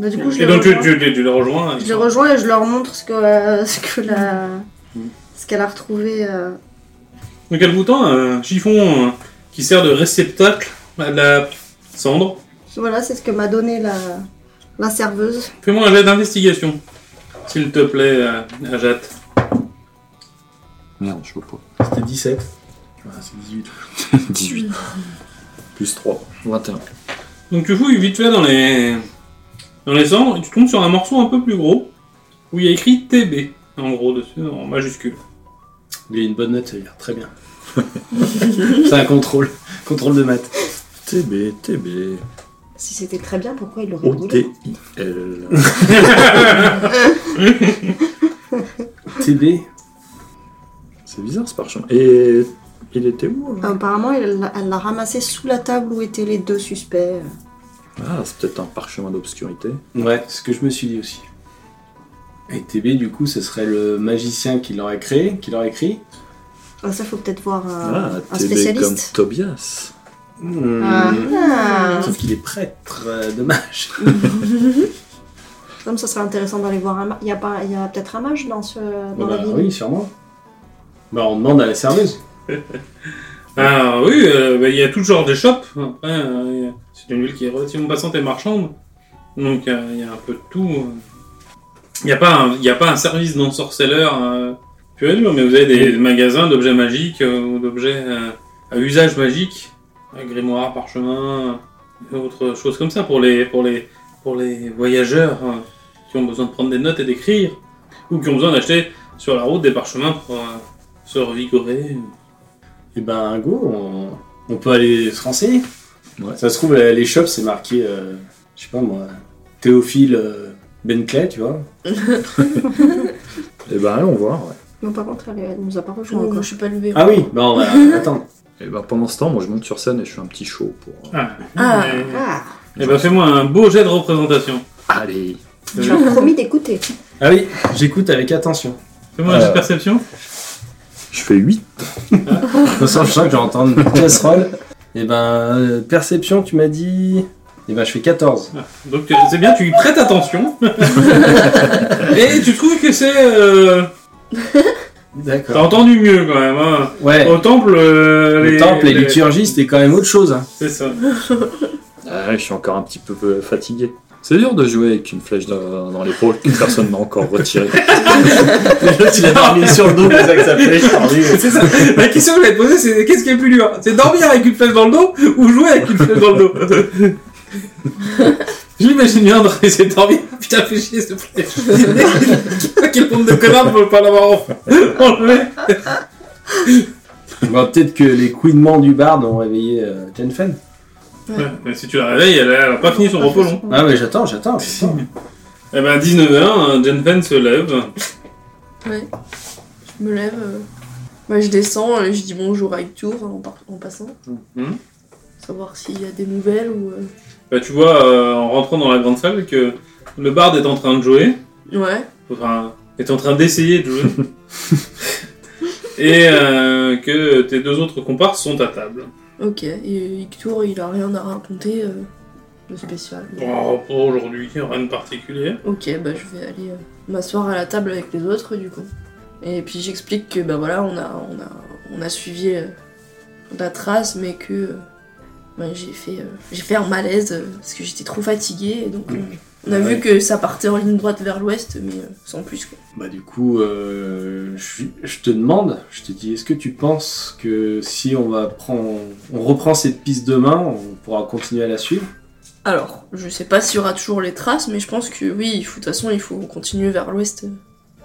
E: du coup, je
A: Et
E: les
A: donc, tu,
E: rejoins.
A: tu- tu- tu les rejoins.
E: Je les rejoins et je leur montre ce que, euh, ce que la.
A: Mm.
E: Ce qu'elle a retrouvé. euh,
A: Donc elle vous tend un chiffon euh, qui sert de réceptacle à de la cendre.
E: Voilà, c'est ce que m'a donné la, la serveuse.
A: Fais-moi un jet d'investigation, s'il te plaît, euh, Ajat.
F: Merde, je peux pas.
B: C'était 17.
F: Ah, c'est 18. 18. Plus 3. 21.
A: Donc tu fouilles vite fait dans les, dans les cendres et tu tombes sur un morceau un peu plus gros où il y a écrit TB en gros dessus, en majuscule.
B: Il a une bonne note, ça veut dire très bien. c'est un contrôle. Contrôle de maths.
F: TB, TB.
E: Si c'était très bien, pourquoi il
A: Oh,
E: l'aurait voulu
F: O-T-I-L.
B: TB.
F: C'est bizarre ce parchemin. Et il était où hein alors
E: Apparemment, elle l'a- elle l'a ramassé sous la table où étaient les deux suspects.
F: Ah, c'est peut-être un parchemin d'obscurité.
B: Ouais, c'est ce que je me suis dit aussi. Et TB, du coup, ce serait le magicien qui l'aurait créé, qui l'aurait écrit.
E: Ah, ça, faut peut-être voir euh,
F: Ah,
E: un, un
F: TB comme
E: spécialiste.
F: Tobias.
B: Hmm.
E: Ah.
A: Mm.
B: Sauf qu'il est prêtre, euh, dommage.
E: Comme ça serait intéressant d'aller voir un mage. Il y a, pas- il y a peut-être un mage dans, ce, dans
B: Bah,
E: la ville.
B: oui, sûrement. Bah, on demande à la serveuse.
A: Ah oui, euh, bah, il y a tout genre d'échoppes. Après, euh, il y a- c'est une ville qui est relativement passante et marchande. Donc euh, il y a un peu de tout. euh. Il n'y a, pas un- il y a pas un service non sorcelleur euh, pur et dur, mais vous avez des magasins d'objets magiques euh, ou d'objets euh, à usage magique, euh, grimoires, parchemins, euh, et autres choses comme ça pour les, pour les, pour les voyageurs euh, qui ont besoin de prendre des notes et d'écrire, ou qui ont besoin d'acheter sur la route des parchemins pour euh, se revigorer.
B: Et ben, go, on, on peut aller se renseigner.
F: Ouais.
B: Ça se trouve, euh, les shops, c'est marqué, euh, je sais pas moi, Théophile euh, Ben Clay, tu vois.
F: Et ben, allons voir, ouais.
E: Non, par contre, elle, elle nous a pas rejoint
C: Je
A: Mm.
E: encore.
C: ne suis pas levée.
B: Ah oui, bon, bah, attends.
F: Et ben, pendant ce temps, moi, je monte sur scène et je fais un petit show pour. euh,
A: Ah.
C: Ah.
A: Et-
E: Ah,
A: Et ben fais-moi un beau jet de représentation.
F: Allez
E: tu m'as promis d'écouter.
B: Ah oui, j'écoute avec attention.
A: Fais-moi un jet de
F: Euh.
A: perception.
F: Je fais 8.
B: De toute façon, je sens que je vais entendre une casserole. Et ben, euh, perception, tu m'as dit. Et ben, je fais 14.
A: Donc euh, c'est bien, tu y prêtes attention. Et tu trouves que c'est... euh, T'as
B: D'accord.
A: entendu mieux quand même. Hein.
B: Ouais.
A: Au temple, euh,
B: Le
A: les-
B: temple et
A: les-
B: liturgie, c'était quand même autre chose. hein.
A: C'est ça.
F: Ah, je suis encore un petit peu euh, fatigué. C'est dur de jouer avec une flèche dans, dans l'épaule que personne n'a encore retirée.
B: L'autre, il a dormi sur le dos, c'est ça que ça fait, je t'en dis.
A: C'est ça. La question que je vais te poser, c'est qu'est-ce qui est le plus dur C'est dormir avec une flèche dans le dos ou jouer avec une flèche dans le dos Je l'imagine bien dans les de dormir. Putain, fais chier cette flèche. Quel pompe de connard peut pas l'avoir en- enlevé
B: Bon, Bah, peut-être que les couinements du barde ont réveillé euh, Jenfen.
A: Ouais, mais si tu la réveilles, elle a, elle a pas fini son repos long.
B: Ah ouais, j'attends, j'attends. j'attends.
A: Eh ben, 19h, Jen Pen se lève.
C: Ouais. Je me lève. euh, bah, je descends et je dis bonjour à Hector en, par- en passant.
A: Mhm.
C: Savoir s'il y a des nouvelles ou. euh,
A: Bah, tu vois, euh, en rentrant dans la grande salle, que le barde est en train de jouer.
C: Ouais.
A: enfin, est en train d'essayer de jouer. Et euh, que tes deux autres comparses sont à table.
C: Ok. Et Hector, il a rien à raconter euh, de spécial.
A: Bon, pour aujourd'hui, rien de particulier.
C: Ok, bah je vais aller euh, m'asseoir à la table avec les autres du coup. Et puis j'explique que bah voilà, on a, on a, on a suivi euh, la trace, mais que euh, bah, j'ai fait, euh, j'ai fait un malaise euh, parce que j'étais trop fatiguée. Et donc euh, on a
B: Mm. Ah Ouais.
C: vu que ça partait en ligne droite vers l'ouest, mais euh, sans plus quoi.
B: Bah du coup, euh, je, suis- je te demande, je te dis, est-ce que tu penses que si on va prendre, on reprend cette piste demain, on pourra continuer à la suivre
C: Alors, je sais pas s'il y aura toujours les traces, mais je pense que oui, il faut- de toute façon, il faut continuer vers l'ouest euh,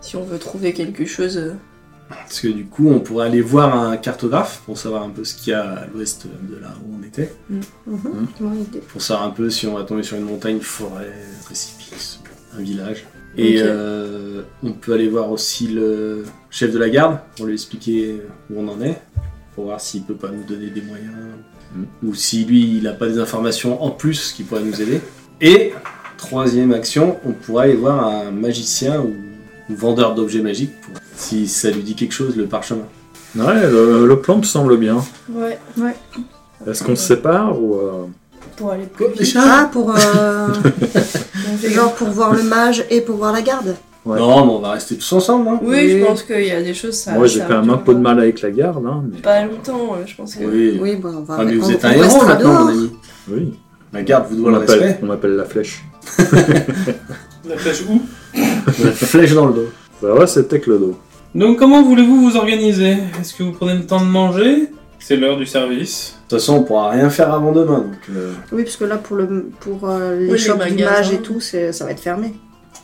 C: si on veut trouver quelque chose. euh.
B: Parce que du coup, on pourrait aller voir un cartographe pour savoir un peu ce qu'il y a à l'ouest de là où on était,
A: Ah.
E: Mhm,
A: Mm.
E: bonne idée.
B: pour savoir un peu si on va tomber sur une montagne, forêt, précipice, un village. Et
C: Ok.
B: euh, on peut aller voir aussi le chef de la garde pour lui expliquer où on en est, pour voir s'il peut pas nous donner des moyens
F: Mm.
B: ou si lui il a pas des informations en plus qui pourraient nous aider. Et troisième action, on pourrait aller voir un magicien ou ou vendeur d'objets magiques pour si ça lui dit quelque chose le parchemin.
F: Ouais, le, le plan me semble bien.
C: Ouais,
F: Est-ce qu'on se sépare ou. euh,
C: pour aller plus
B: Oh, les chats
E: Ah, pour. euh, genre pour voir le mage et pour voir la garde.
F: Ouais.
B: Non, mais on va rester tous ensemble. hein.
C: Oui, je pense qu'il y a des choses. Ça,
F: Moi, j'ai
C: ça
F: quand même un
C: dure
F: peu de mal avec la garde, hein, mais.
C: Pas longtemps, euh, je pense que.
B: Oui.
E: Oui, bon, on va.
B: Ah, mais
E: on-
B: vous êtes
E: on
B: un héros
E: restera
B: maintenant,
E: dehors.
B: mon ami.
F: Oui.
B: La garde vous doit
F: On
B: le
F: appelle,
B: respect.
F: on appelle la flèche.
A: La flèche où
B: La flèche dans le dos.
F: Bah ouais, c'était que le dos.
A: Donc, comment voulez-vous vous organiser Est-ce que vous prenez le temps de manger C'est l'heure du service.
B: De toute façon, on pourra rien faire avant demain. Donc, euh,
E: Oui, parce que là, pour, le, pour euh, les
C: Oui, les
E: shops du
C: magasins.
E: mage et tout, c'est- ça va être fermé.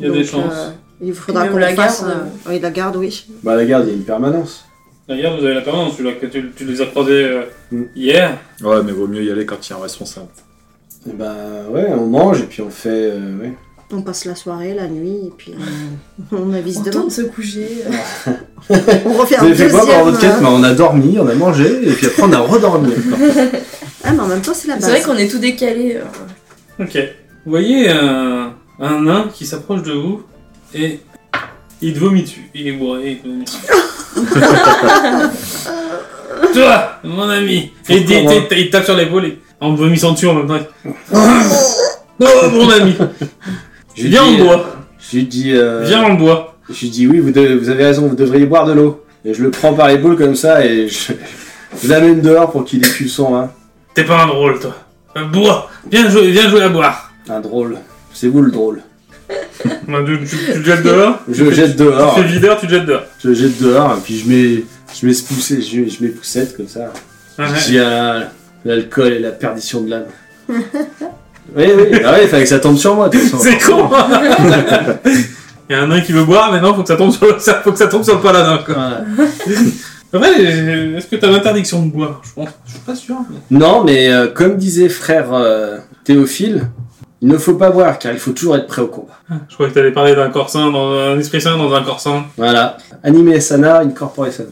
A: Il y a
E: Donc,
A: des chances.
E: euh, il
C: Et
E: faudra
C: même
E: qu'on
C: la
E: la fasse.
C: garde,
E: euh, Oui, la garde, oui.
B: bah, la garde, il y a une permanence.
A: D'ailleurs, vous avez la permanence, celui-là, que tu, tu les as croisés euh,
B: Mm.
A: hier.
F: Ouais, mais vaut mieux y aller quand il y a un responsable.
B: Et bah ouais, on mange et puis on fait. euh, ouais.
E: On passe la soirée, la nuit, et puis euh, on avise demain.
C: se coucher.
E: On refait
B: Vous
E: un
B: avez fait
E: deuxième.
B: quoi pendant votre quête
E: euh,
B: Bah, On a dormi, on a mangé et puis après on a redormi.
E: Ah, mais en même temps, c'est la base.
C: bah, C'est vrai qu'on est tout décalé. euh.
A: Ok. Vous voyez un, un nain qui s'approche de vous et il te vomit dessus. Il est bourré, il te vomit dessus. Toi, mon ami Et
B: Pourquoi
A: il-
B: moi
A: il- il tape sur l'épaule et- en me vomissant dessus en même temps. il- oh, mon ami
B: Je lui
A: Viens, on
B: dis,
A: boit
B: Je lui dis. euh,
A: Viens, on boit
B: Je lui dis oui, vous, devez- vous avez raison, vous devriez boire de l'eau. Et je le prends par les boules comme ça et je, je l'amène dehors pour qu'il ait le sang. Hein.
A: T'es pas un drôle, toi Euh, Bois Viens jouer, viens jouer à boire
B: Un drôle. C'est vous le drôle.
A: Bah, tu, tu- tu te jettes dehors
B: Je
A: Tu
B: le
A: fais-
B: jette dehors.
A: Tu fais videur, tu te jettes dehors.
B: Je le jette dehors et puis je mets, je mets, ce poussé- je, je mets poussette comme ça.
A: Ouais.
B: J'ai un- l'alcool et la perdition de l'âme. oui, oui, ah ouais, il fallait que ça tombe sur moi de toute façon.
A: C'est con hein. Il y a un nain qui veut boire, maintenant faut que ça tombe sur le, ça- faut que ça tombe sur le paladin. Quoi.
B: Voilà.
A: Après, euh, est-ce que t'as l'interdiction de boire Je pense, je suis pas sûr. mais-
B: Non, mais euh, comme disait frère euh, Théophile, Il ne faut pas boire car il faut toujours être prêt au combat.
A: Je croyais que t'allais parler d'un corps sain, dans un esprit sain dans un corps sain.
B: Voilà. Anime sana, incorpore sana.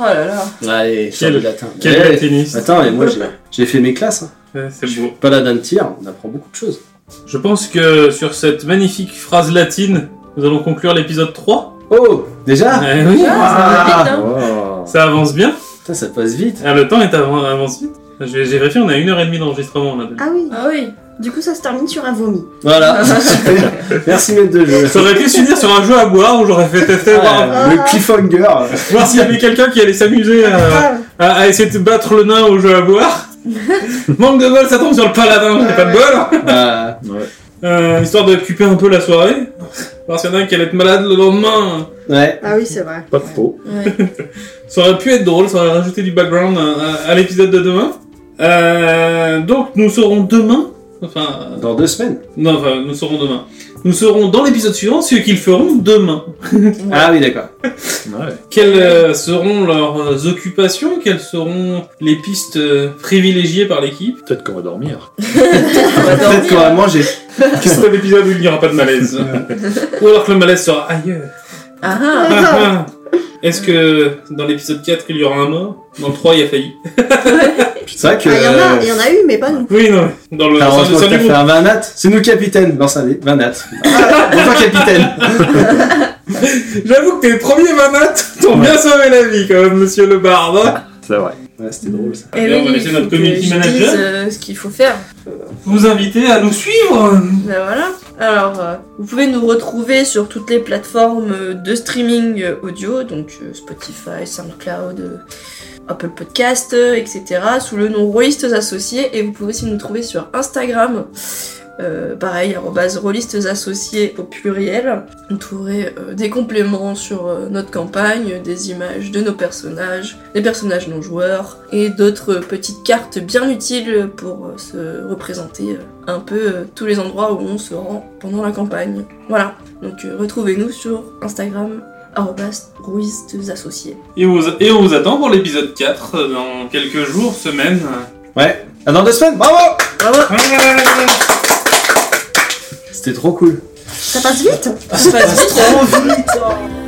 C: Oh là là.
B: Allez, je
A: Quel-
B: sors du latin.
A: Quel
B: Eh,
A: bel tennis.
B: Attends, et moi je- j'ai fait mes classes. Hein.
A: Ouais,
B: Je
A: Eh, C'est
B: suis
A: beau.
B: paladin de tir, on apprend beaucoup de choses.
A: Je pense que sur cette magnifique phrase latine, nous allons conclure l'épisode 3.
B: Oh, déjà
A: Eh oui.
B: Ah.
C: ça va vite, hein.
D: Wow.
A: Ça avance bien.
B: Putain, ça passe vite.
A: Ah, le temps est avant, avance vite. Je vais- J'ai vérifié, on a une heure et demie d'enregistrement. là.
E: Ah oui.
C: Ah oui.
E: Du coup, ça se termine sur un vomi.
B: Voilà, super. Merci maître de jeu.
A: Ça aurait pu se finir sur un jeu à boire où j'aurais fait tester, voir,
B: Ah, le cliffhanger.
A: voir s'il y avait quelqu'un qui allait s'amuser à,
B: Euh,
A: à- à essayer de battre le nain au jeu à boire. Manque de bol, ça tombe sur le paladin, j'ai pas de bol.
B: Ah,
A: Euh, histoire d'occuper un peu la soirée. Voir s'il y en a un qui allait être malade le lendemain.
B: ouais.
E: Ah oui, c'est vrai.
D: Pas de peau.
C: Ouais.
A: Ça aurait pu être drôle, ça aurait rajouté du background à, à- à l'épisode de demain. Euh, donc nous saurons demain. Enfin, euh,
B: Dans deux semaines.
A: non, enfin, nous saurons demain. Nous saurons dans l'épisode suivant ce qu'ils feront demain.
B: Ah oui, d'accord.
D: Ouais.
A: Quelles euh, seront leurs euh, occupations Quelles seront les pistes euh, privilégiées par l'équipe
D: Peut-être qu'on va dormir.
C: On va
B: Peut-être qu'on
C: dormir.
B: va manger.
A: C'est un épisode où il n'y aura pas de malaise. Ou alors que le malaise sera ailleurs.
C: Ah, ah.
A: Ah, ah. Est-ce que dans l'épisode 4 il y aura un mort Dans le 3 il y a failli.
B: C'est vrai que. euh,
E: Ah, Il y, en a- il y en a eu, mais pas nous.
A: Oui, non. Dans le
B: Enfin,
A: sein du-
B: heureusement que
A: sein du
B: t'as fait
A: groupe.
B: un 20 nat. C'est nous capitaine. Lance un dé. 20 nat. Ah, Bonjour capitaine.
A: J'avoue que tes premiers manates t'ont bien sauvé la vie quand même, monsieur le barde. hein.
F: C'est vrai.
B: Ouais, c'était drôle ça.
C: Eh
A: Et on va
C: oui,
A: laisser
C: il
A: notre
C: faut que
A: community
C: je
A: manager.
C: dise, euh, ce qu'il faut faire.
A: Vous invitez à nous suivre
C: Ben voilà. Alors, euh, vous pouvez nous retrouver sur toutes les plateformes euh, de streaming euh, audio, donc euh, Spotify, SoundCloud, euh, Apple Podcast, euh, etc., sous le nom Rollistes Associés. Et vous pouvez aussi nous trouver sur Instagram, euh, pareil, arrobase Rollistes Associés au pluriel. Vous trouverez euh, des compléments sur euh, notre campagne, des images de nos personnages, des personnages non joueurs, et d'autres euh, petites cartes bien utiles pour euh, se représenter euh, un peu euh, tous les endroits où on se rend pendant la campagne. Voilà, donc euh, retrouvez-nous sur Instagram, arrobas Ruistes Associés.
A: et on, vous, et on vous attend pour l'épisode 4 euh, dans quelques jours, semaines.
B: Ouais. Ah, dans deux semaines. Bravo.
C: Bravo
B: C'était trop cool.
E: Ça passe vite
C: Ça passe vite, hein.
B: Trop vite.